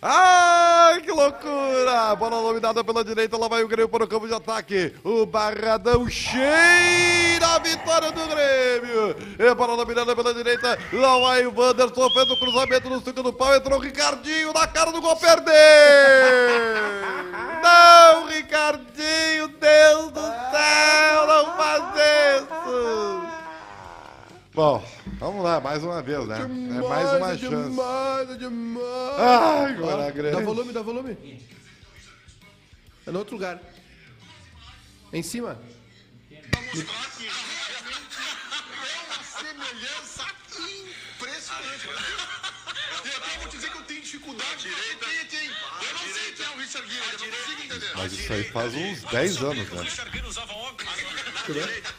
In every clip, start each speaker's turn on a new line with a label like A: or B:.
A: Ai, que loucura! Bola dominada pela direita, lá vai o Grêmio para o campo de ataque. O Barradão cheira a vitória do Grêmio. E bola dominada pela direita, lá vai o Wanderson, fez o cruzamento no segundo pau, entrou o Ricardinho na cara do gol, perdeu! Não, Ricardinho, Deus do céu, não faz isso! Bom, vamos lá, mais uma vez, né? é mais uma
B: Demais,
A: chance. Ah,
B: Demais, demais.
A: Ai, agora
B: Ó,
A: a grande.
B: Dá volume, dá volume. É no outro lugar. Em cima.
C: semelhança impressionante. E eu até vou te dizer que eu tenho dificuldade. Eu tenho, eu tenho. Eu não sei quem é o Richard Gere, eu não consigo entender. Ah,
A: Mas isso aí faz uns 10 anos, né?
C: O Richard Gere usava óculos. Na direita,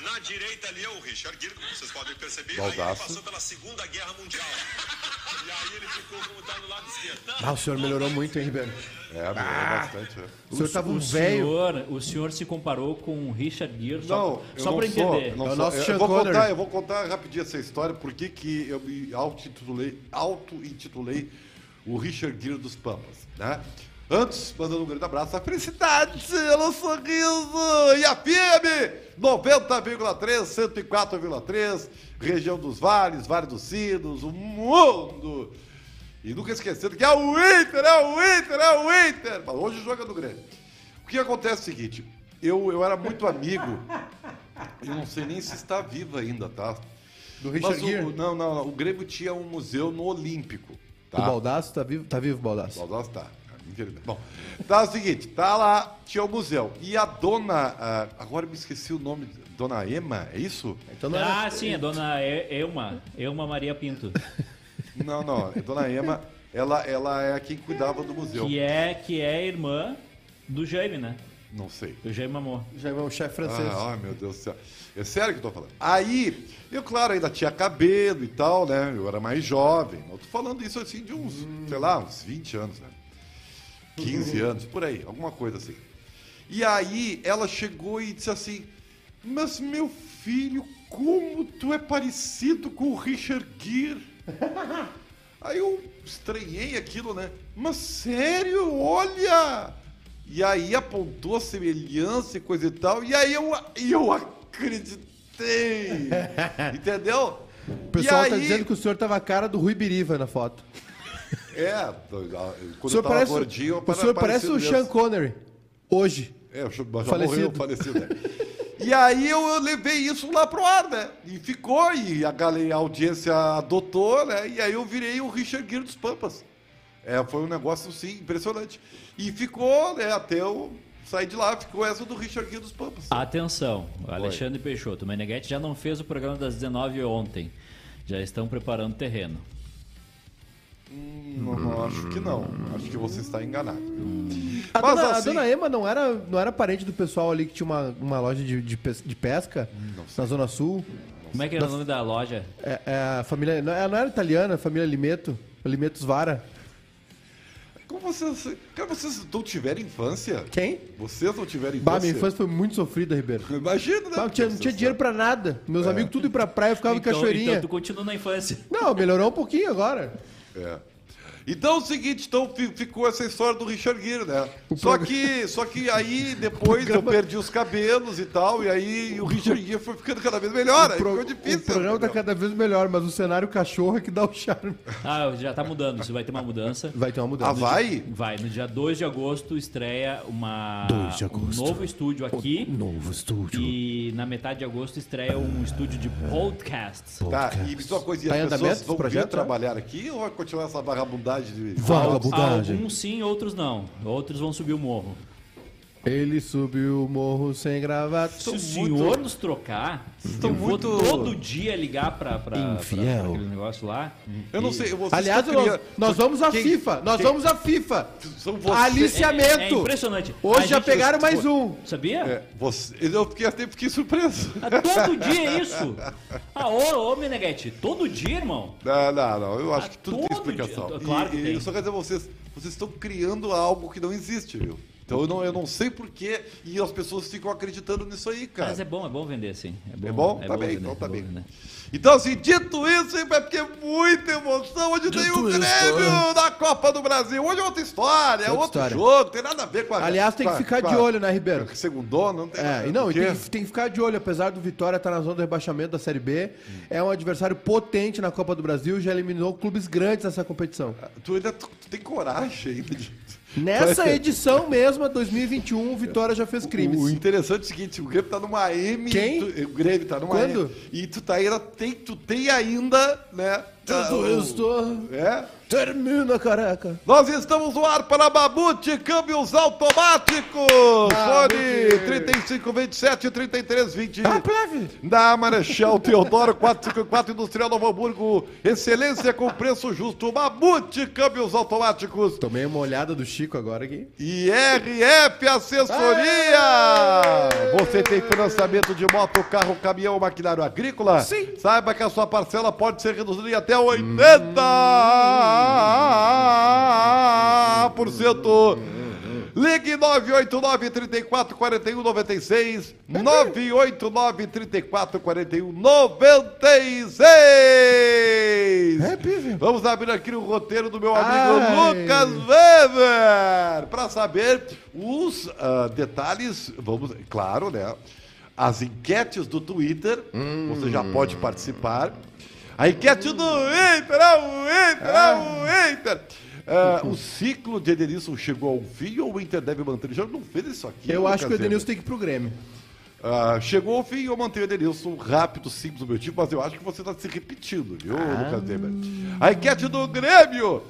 C: na direita ali é o Richard Gere, como vocês podem perceber. Aí ele
A: Baldaço.
C: passou pela Segunda Guerra Mundial. E aí ele ficou como tá no lado esquerdo.
B: Ah, o senhor melhorou muito, hein, Ribeiro?
A: É, melhorou bastante. né?
B: O senhor tava um
D: o
B: velho.
D: senhor, o senhor se comparou com o Richard
A: Não,
D: Gere só,
A: eu
D: só
A: não
D: para
A: sou,
D: entender.
A: eu não
B: É
A: sou.
B: o nosso
A: Eu- eu,
B: Sean
A: vou
B: Connery.
A: contar, eu vou contar rapidinho essa história, por que que eu me auto-intitulei, auto-intitulei o Richard Gere dos Pampas, né? Antes, mandando um grande abraço, a felicidade, ela sorriso, e a PM, 90,3, 104,3, região dos vales, Vale dos Sinos, o mundo, e nunca esquecendo que é o Inter, é o Inter, é o Inter, mas hoje joga no Grêmio. O que acontece é o seguinte, eu, eu era muito amigo eu não sei nem se está viva ainda, tá?
B: Do Richard
A: Mas o-
B: Gere?
A: o- não, não, não. O Grêmio tinha um museu no Olímpico. Tá?
B: O Baldaço tá vivo? Tá vivo, Baldaço.
A: Baldasso tá. Infelizmente. Bom, tá o seguinte, tá lá, tinha o museu. E a dona. ah, agora eu me esqueci o nome. Dona Ema, é isso?
B: Então não
D: Ah,
B: era...
D: sim, a dona E- Elma, Elma Maria Pinto,
A: Não, não. é Dona Ema, ela, ela é quem cuidava do museu.
D: que é, que é irmã do Jaime, né?
A: Não sei.
D: Do Jaime Amor.
B: Já é um chefe francês.
A: Ah, ai, meu Deus do céu. É sério que eu tô falando. Aí, eu, claro, ainda tinha cabelo e tal, né? Eu era mais jovem. Eu tô falando isso assim de uns, sei lá, uns 20 anos, né? 15 anos, por aí, alguma coisa assim. E aí ela chegou e disse assim: Mas meu filho, como tu é parecido com o Richard Gere? Aí eu estranhei aquilo, né? Mas sério, olha! E aí apontou a semelhança e coisa e tal, e aí eu, e eu acreditei! Entendeu?
B: O pessoal
A: e aí,
B: tá dizendo que o senhor tava a cara do Rui Biriva na foto.
A: É, quando
B: O
A: eu
B: senhor
A: tava
B: parece,
A: gordinho, eu
B: o senhor parece o
A: parecido
B: Sean
A: mesmo.
B: Connery. Hoje.
A: É, eu já já
B: Falecido.
A: morreu, falecido. né? e aí eu, eu levei isso lá pro ar, né? E ficou, e a, galera, a audiência adotou, né? E aí eu virei o Richard Gere dos Pampas. É, foi um negócio, sim, impressionante. E ficou, né, até eu sair de lá, ficou essa do Richard Gere dos Pampas.
B: Ah.
D: Atenção, Alexandre Peixoto, o Meneghetti já não fez o programa das 19 ontem. Já estão preparando terreno.
A: Não, não, acho que não. Acho que você está enganado.
B: A
A: Mas
B: dona, a
A: assim-
B: dona Ema não era, não era parente do pessoal ali que tinha uma, uma loja de, de pes- de pesca na Zona Sul?
D: Como é que era o nome da loja?
B: É, é, a família, não, ela não era italiana, a família Limeto, Limetos Vara.
A: Como vocês. Cara, vocês não tiveram infância?
B: Quem?
A: Vocês não tiveram infância?
B: Bah, minha infância foi muito sofrida, Ribeiro.
A: Imagina, né?
B: Bah, eu tinha- não tinha dinheiro pra nada. Meus amigos tudo iam pra praia, eu ficava em cachoeirinha.
D: então tu continua na infância.
B: Não, melhorou um pouquinho agora.
A: É. Então é o seguinte, então fi- ficou essa história do Richard Gere, né? Só que, só que aí depois eu perdi os cabelos e tal, e aí o Richard Gere foi ficando cada vez melhor, aí
B: Pro-
A: Tá, ficou difícil. né?
B: o programa tá
A: entendeu?
B: cada vez melhor, mas o cenário cachorro é que dá o charme.
D: Ah, já tá mudando, isso vai ter uma mudança.
B: Vai ter uma
A: Ah,
B: mudança.
A: vai?
D: Vai, no dia 2 de agosto estreia uma
B: 2 de agosto.
D: um novo estúdio aqui
B: Novo estúdio. É.
D: e na metade de agosto estreia um estúdio de podcasts.
A: Tá, e me diz uma coisa, e
B: Tá em
A: as pessoas
B: andamento esse
A: vão vir
B: projeto,
A: trabalhar aqui ou vai continuar essa vagabundagem de...
B: Vagabundagem.
D: Alguns sim, outros não. Outros vão subir o morro.
B: Ele subiu o morro sem gravata.
D: Se o senhor nos trocar, estou
E: muito-
D: todo dia ligar pra, pra, pra-
B: Infiel.
D: pra aquele negócio lá.
A: Eu não sei, eu vou
B: Aliás,
A: eu
B: nós, nós vamos à FIFA. Nós vamos à FIFA.
A: São vocês.
B: Aliciamento.
D: É- é impressionante.
B: Hoje
D: A
B: já
D: gente- tipo,
B: pegaram mais um.
D: Sabia?
A: É, você, eu fiquei até fiquei surpreso.
D: Ah, Todo dia é isso. Ah, ô, ô Meneghete, todo dia, irmão.
A: Não, não, não. Eu acho que tudo tem
D: Ah, todo
A: explicação.
D: dia,
A: E-
D: claro que
A: e,
D: tem.
A: eu só quero dizer pra vocês, vocês estão criando algo que não existe, viu? Então eu não, eu não sei porquê e as pessoas ficam acreditando nisso aí, cara.
D: Mas é bom, é bom vender, sim. É bom,
A: É bom?
D: é
A: tá bem,
D: vender,
A: então tá
D: é bom
A: bem.
D: vender.
A: Então, assim, dito isso, hein, porque é muita emoção. Hoje tem o
B: isso, é.
A: Grêmio da Copa do Brasil. Hoje é outra história, é
B: Outra
A: outro
B: história.
A: jogo, tem nada a ver com a.
B: Aliás, tem
A: com
B: que
A: a-
B: ficar
A: com
B: de
A: a-
B: olho, né, Ribeiro?
A: Segundou, não tem.
B: É, e não,
A: o
B: e
A: quê?
B: tem, tem que ficar de olho, apesar do Vitória estar na zona do rebaixamento da Série B, é um adversário potente na Copa do Brasil, já eliminou clubes grandes nessa competição.
A: Tu ainda tu, tu tem coragem ainda de.
B: Nessa edição mesma, 2021, o Vitória já fez
A: O
B: crimes.
A: interessante é o seguinte, o Grêmio tá numa M.
B: Quem?
A: tu- o Grêmio tá numa
B: Quando?
A: M. E tu tá ainda. Tem, tu tem ainda, né? ah,
B: Tudo
A: o-
B: eu estou...
A: É?
B: Termina, careca.
A: Nós estamos no ar para Babute Câmbios Automáticos. Fone 3527 3320. Na Marechal Teodoro 454 Industrial Novo Hamburgo. Excelência com preço justo. Babute Câmbios Automáticos.
B: Tomei uma olhada do Chico agora aqui.
A: E RF Assessoria! Você tem financiamento de moto, carro, caminhão, maquinário agrícola? Sim. Saiba que a sua parcela pode ser reduzida em até 80%. Ligue 989 34 41 96 989 34 41 96
B: É, Pive.
A: Vamos abrir aqui o roteiro do meu
B: Ai.
A: amigo Lucas Weber para saber os ah, detalhes, vamos, claro, né? As enquetes do Twitter, você já pode participar. A enquete do Inter, é o Inter, é o Inter. Ah, o ciclo de Edenilson chegou ao fim ou o Inter deve manter? Já não fez isso aqui.
B: Eu
A: Lucas
B: acho que o
A: Weber?
B: Edenilson tem que ir pro Grêmio.
A: Ah, chegou ao fim e eu mantenho o Edenilson rápido, simples, objetivo, mas eu acho que você está se repetindo, viu,
B: Ah.
A: Lucas Weber? A enquete do Grêmio!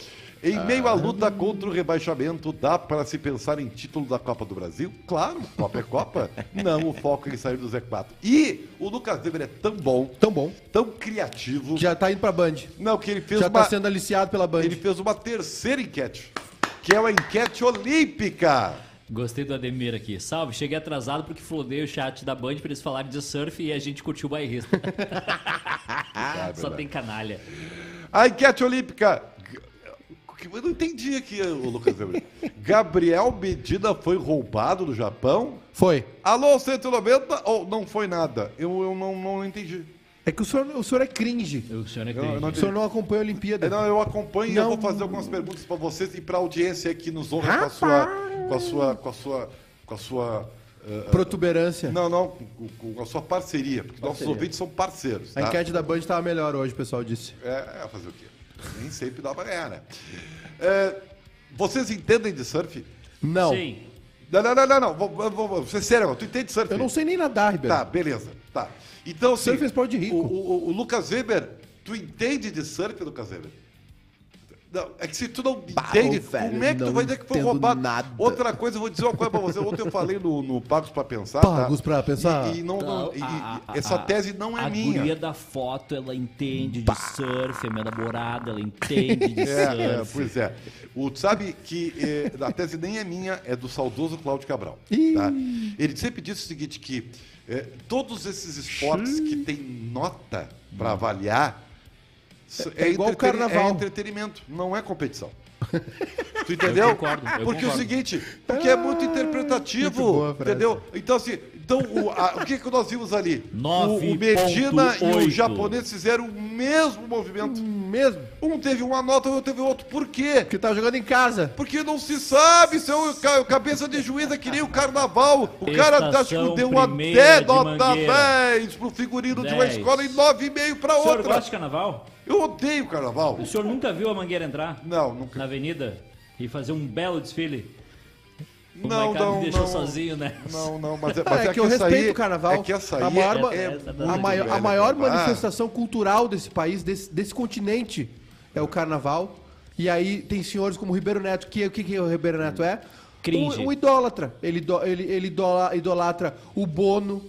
A: Em
B: Ah.
A: meio à luta contra o rebaixamento, dá para se pensar em título da Copa do Brasil? Claro, Copa é Copa. Não o foco é em sair do Z4. E o Lucas Weber é tão bom,
B: Tão bom.
A: tão criativo.
B: que Já tá indo pra Band.
A: Não, que ele fez
B: Já
A: uma...
B: tá sendo aliciado pela Band.
A: Ele fez uma terceira enquete, que é uma enquete olímpica.
D: Gostei do Ademir aqui. Salve, cheguei atrasado porque flodei o chat da Band pra eles falarem de surf e a gente curtiu o bairrista.
A: É
D: Só tem canalha.
A: A enquete olímpica. Que Eu não entendi aqui, ô Lucas Weber. Gabriel Medina foi roubado do Japão?
B: Foi.
A: Alô, 190? Ou não foi nada? Eu, eu não, não entendi.
B: É que o senhor, o senhor é cringe.
D: O senhor é
A: Eu, eu não
B: O
A: entendi.
B: senhor não acompanha a Olimpíada.
A: É, Não, eu acompanho e eu
B: Não.
A: vou fazer algumas perguntas para vocês e para a audiência que nos honra com a sua. Com a sua. Com a sua. Com a sua eh,
B: Protuberância.
A: não, não, com, com a sua parceria, porque nossos ouvintes são parceiros.
B: A
A: tá?
B: enquete da Band tava melhor hoje, o pessoal disse.
A: É, é, fazer o quê? Nem sempre dá pra ganhar, né? É, vocês entendem de surf?
B: Não.
D: Sim.
A: Não, não, não, não, não. Vou, vou, vou- vou ser sério, agora. tu entende de surf?
B: Eu não sei nem nadar, Ribeiro.
A: Tá, beleza. Tá. Então, assim,
B: Surf é esporte de rico.
A: O, o- o Lucas Weber, tu entende de surf, Lucas Weber? Não, é que se tu não entende,
B: velho,
A: como é que tu
B: não
A: vai dizer que foi
B: entendo
A: roubado?
B: nada.
A: Outra coisa, eu vou dizer uma coisa pra você. Ontem eu falei no, no Pagos pra Pensar. tá?
B: Pagos pra Pensar.
A: E, e não, não- e- e-
D: A- a-
A: essa
D: a-
A: tese não é
D: ah, a
A: minha.
D: A guria da foto, ela entende de surf, é minha namorada, ela entende de surf.
A: É, é, pois é. O, tu sabe que eh, a tese nem é minha, é do saudoso Cláudio Cabral. tá? Ele sempre disse o seguinte, que eh, todos esses esportes que tem nota para avaliar s-
B: Hum. É igual o
A: entreteni-
B: carnaval.
A: é entretenimento, não é competição. Tu entendeu?
D: Eu concordo, eu
A: porque é o
D: concordo.
A: seguinte, porque é muito interpretativo,
B: muito boa a frase.
A: entendeu? Então assim, então o, a- o que que nós vimos ali? O, o
D: 9.8.
A: Medina e o japonês fizeram o mesmo movimento.
B: Mesmo.
A: Um teve uma nota, o outro teve outro. Por quê?
B: Porque tava jogando em casa.
A: Porque não se sabe se é o ca- cabeça de juíza que nem o carnaval. O cara tá, acho que
D: Estação
A: deu uma
D: Primeira
A: 10
D: de
A: nota
D: Mangueira.
A: 10 pro figurino de uma
D: 10.
A: escola e 9,5 pra
D: O senhor
A: outra.
D: gosta de carnaval?
A: Eu odeio carnaval.
D: O senhor nunca viu a mangueira entrar
A: Não, nunca.
D: na avenida e fazer um belo desfile? O
A: Não,
D: Maicá
A: não,
D: me deixou
A: não.
D: sozinho, né?
A: Não, não, mas é,
B: Ah,
A: mas
B: é, que eu
A: essa
B: respeito
A: aí-
B: o carnaval.
A: É que essa aí
B: a maior, ma-
D: é- é-
B: a
D: é-
B: maior- a
A: é-
B: maior
A: é-
B: manifestação cultural desse país, desse, desse continente, é o carnaval. E aí tem senhores como o Ribeiro Neto, que o que, que o Ribeiro Neto é?
D: Cringe.
B: O, o idólatra. Ele, idó- ele, ele idola- idolatra o Bono,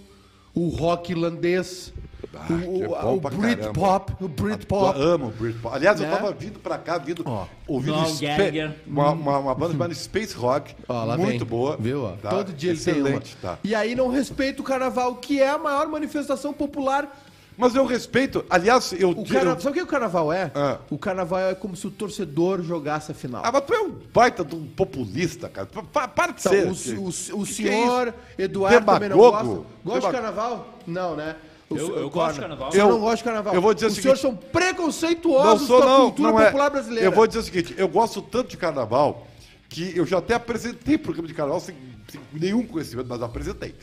B: o rock irlandês,
A: Ah, que é
B: o,
A: bom
B: o, o
A: pra Ah,
B: Britpop, o
A: Eu
B: Britpop.
A: amo o Britpop. Aliás, eu
B: Né?
A: tava vindo pra cá, vindo,
B: Ó.
A: ouvindo
D: Noel
A: Spe-
D: Gallagher.
A: uma, uma, uma banda chamada Space Rock,
B: Ó, lá
A: muito
B: vem.
A: boa.
B: Viu? ó?
A: tá?
B: Todo dia ele tem uma.
A: Excelente, tá.
B: E aí não respeita o carnaval, que é a maior manifestação popular
A: Mas eu respeito, aliás, eu...
B: O
A: digo.
B: carna... Sabe o que o carnaval é?
A: Ah.
B: O carnaval é como se o torcedor jogasse a final.
A: Ah, mas tu é um baita de um populista, cara. Pa- pa- Para de
B: Então,
A: ser.
B: o
A: que-
B: o- o
A: que que é
B: senhor Eduardo também não gosta.
A: Demagogo.
B: Gosta
A: Dema-
B: de carnaval? Não, né? O
D: Eu-
B: senhor-
D: eu gosto
B: Corna.
D: de carnaval.
B: O senhor
A: Eu-
B: não gosta de carnaval.
A: eu vou dizer o
B: Os
A: seguinte-
B: senhores são
A: Não
B: preconceituosos
A: sou,
B: com a
A: não.
B: cultura
A: não é.
B: popular brasileira.
A: Eu vou dizer o seguinte: eu gosto tanto de carnaval que eu já até apresentei programa de carnaval sem, sem nenhum conhecimento, mas apresentei.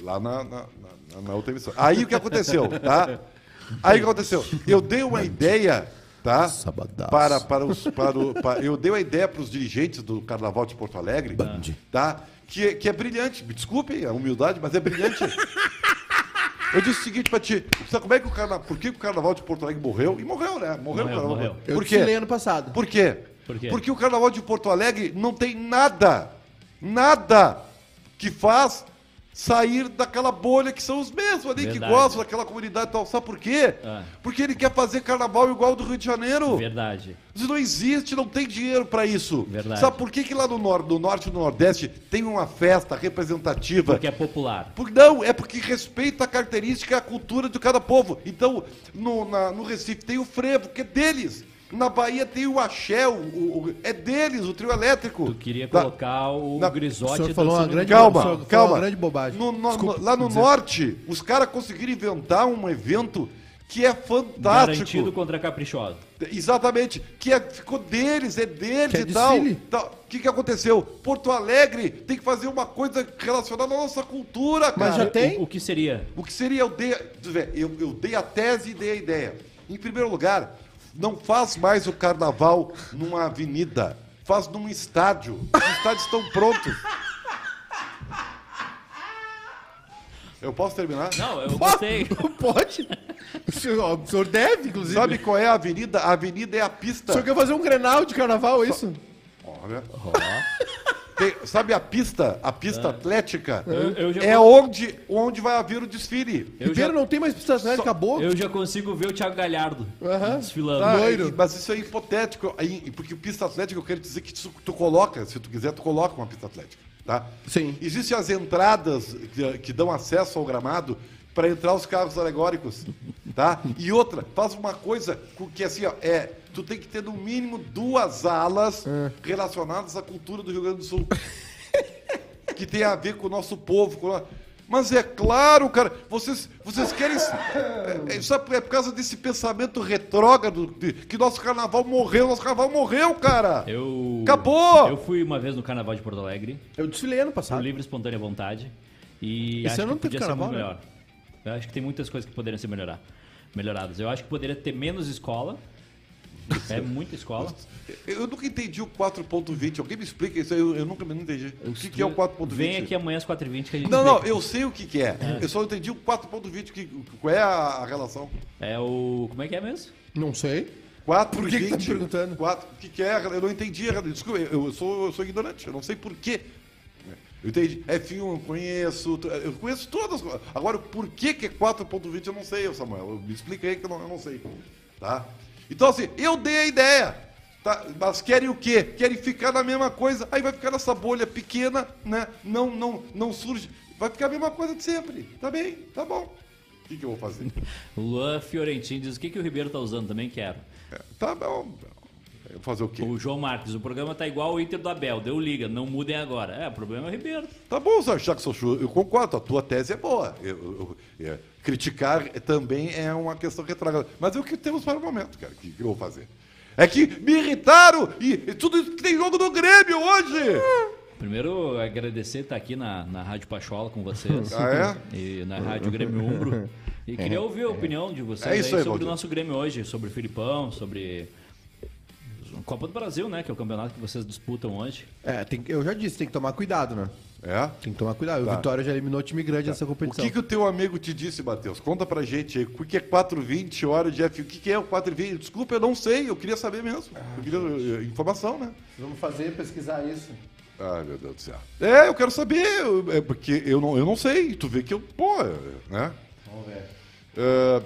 A: Lá na, na, na- na outra emissão. Aí o que aconteceu, tá? Aí o que aconteceu? Eu dei uma ideia, tá?
B: Sabadaço.
A: Para, para os. Para o, para- eu dei uma ideia para os dirigentes do Carnaval de Porto Alegre, tá? Que, que é brilhante. Me desculpem a humildade, mas é brilhante. Eu disse o seguinte pra ti, sabe como é que o carnaval, por que que o carnaval de Porto Alegre morreu? E morreu, né? Morreu,
D: Morreu,
A: o carnaval.
D: morreu.
B: Eu
A: Por
B: te falei
A: quê?
B: ano passado.
A: Por quê?
D: Por quê?
A: Porque o carnaval de Porto Alegre não tem nada, nada que faz sair daquela bolha que são os mesmos ali que
D: Verdade.
A: gostam daquela comunidade e tal. Sabe por quê?
D: Ah.
A: Porque ele quer fazer carnaval igual ao do Rio de Janeiro.
D: Verdade.
A: Isso não existe, não tem dinheiro pra isso.
D: Verdade.
A: Sabe por que, que lá no, nor no norte e no nordeste tem uma festa representativa
D: Porque é popular.
A: porque não, é porque respeita a característica e a cultura de cada povo. Então, no, na- no Recife tem o frevo, que é deles. Na Bahia tem o axé, o, o- o- é deles, o trio elétrico.
D: Tu queria
A: Na-
D: colocar o
A: na-
D: Grisotti...
B: O senhor falou uma
D: dançando-
B: grande-
A: Calma,
B: Só- só uma
A: calma.
B: grande bobagem.
A: No- no-
B: Desculpa,
A: no- lá no
B: dizer.
A: norte, os caras conseguiram inventar um evento que é fantástico.
D: Garantido contra caprichoso.
A: Exatamente, que é- ficou deles, é deles
B: Que é
A: e tal.
B: desfile.
A: Tal. O que, que aconteceu? Porto Alegre tem que fazer uma coisa relacionada à nossa cultura, cara.
B: Mas já tem?
D: O, o que seria?
A: O que seria eu dei, tu vê, eu, eu dei a tese e dei a ideia. Em primeiro lugar, não faz mais o carnaval numa avenida, faz num estádio. Os estádios estão prontos. Eu posso terminar?
D: Não, eu gostei.
B: Não pode. O senhor, o senhor deve, inclusive.
A: Sabe qual é a avenida? A avenida é a
B: O senhor
A: pista.
B: quer fazer um grenal de carnaval, é isso?
A: Olha. Tem- sabe a pista? A pista atlética
D: É. Eu- eu já
A: é onde, onde vai haver o desfile.
D: Eu já,
B: Ribeiro não tem mais pistacionário, acabou.
D: eu já consigo ver o Thiago Galhardo
B: Aham.
D: desfilando.
A: Tá,
B: Loiro.
A: e- mas isso é hipotético. aí- Porque pista atlética, eu quero dizer que tu, tu coloca, se tu quiser, tu coloca uma pista atlética. Tá?
B: Sim.
A: Existem as entradas que, que dão acesso ao gramado para entrar os carros alegóricos. Tá? E outra, faz uma coisa com que assim, ó, é. Tu tem que ter no mínimo duas alas
B: É.
A: relacionadas à cultura do Rio Grande do Sul. que tem a ver com o nosso povo. com a- Mas é claro, cara, vocês, vocês querem. É, é, isso é por é por causa desse pensamento retrógrado de- que nosso carnaval morreu, nosso carnaval morreu, cara!
D: Eu.
A: Acabou!
D: Eu fui uma vez no carnaval de Porto Alegre,
B: Eu desfilei ano
D: por
B: passado.
D: livre e espontânea vontade. E
B: Tá. Esse
D: acho
B: ano
D: que
B: não teve
D: podia ser muito
B: carnaval, né?
D: melhor. Eu acho que tem muitas coisas que poderiam ser melhorar, melhoradas. Eu acho que poderia ter menos escola. É muita escola.
A: Eu, eu nunca entendi o 4.20. Alguém me explica isso? aí, Eu, eu nunca me não entendi. O que, que é o 4.20?
D: Vem aqui amanhã às 4h20 que a gente.
A: Não, não,
D: vê.
A: eu sei o que, que é. Eu só entendi o 4.20. Que, qual é a, a relação?
D: É o. Como é que é mesmo?
B: Não sei.
A: 4
B: Por que que tá me perguntando?
A: 4, o que, que é? Eu não entendi. Desculpa, eu, eu sou, eu sou ignorante. Eu não sei por quê. Eu entendi. É filme, eu conheço. Eu conheço todas. as coisas. Agora, por que, que é 4.20 eu não sei, Samuel. Me explica aí que eu não, eu não sei. Tá? Então, assim, eu dei a ideia. Tá? Mas querem o quê? Querem ficar na mesma coisa. Aí vai ficar nessa bolha pequena, né? Não, não, não surge. Vai ficar a mesma coisa de sempre. Tá bem, tá bom. O que, que eu vou fazer?
D: O Luan Fiorentino diz o que, que o Ribeiro tá usando também, quero.
A: É, tá bom. Eu vou fazer o quê?
D: O João Marques, o programa tá igual o Inter do Abel, deu liga, não mudem agora. É, o problema é o Ribeiro.
A: Tá bom, Zé Jacques Sochu, eu concordo, a tua tese é boa. Eu- eu- é, criticar também é uma questão retrógrada. Mas é o que temos para o momento, cara, que, que eu vou fazer. É que me irritaram e, e tudo isso que tem jogo do Grêmio hoje!
D: Primeiro, agradecer estar aqui na, na Rádio Pachola com vocês.
A: Ah,
D: E na Rádio Grêmio Umbro. E queria ouvir a opinião de vocês
A: É isso aí,
D: aí sobre
A: Valdir.
D: o nosso Grêmio hoje, sobre o Filipão, sobre a Copa do Brasil, né? Que é o campeonato que vocês disputam hoje.
B: É, tem que- eu já disse, tem que tomar cuidado, né?
A: É?
B: Tem que tomar cuidado.
A: Tá.
B: O Vitória já eliminou o time grande nessa
A: O
B: competição.
A: que, que o teu amigo te disse, Matheus? Conta pra gente aí. O que é 4h20 horas de F? O que, que é o 4h20? Desculpa, eu não sei, eu queria saber mesmo. Eu queria eh, informação, né?
B: Vamos fazer, pesquisar isso.
A: Ai, meu Deus do céu. É, eu quero saber, eu- é porque eu não, eu não sei. Tu vê que eu. Pô, é, né?
B: Vamos ver.
A: É,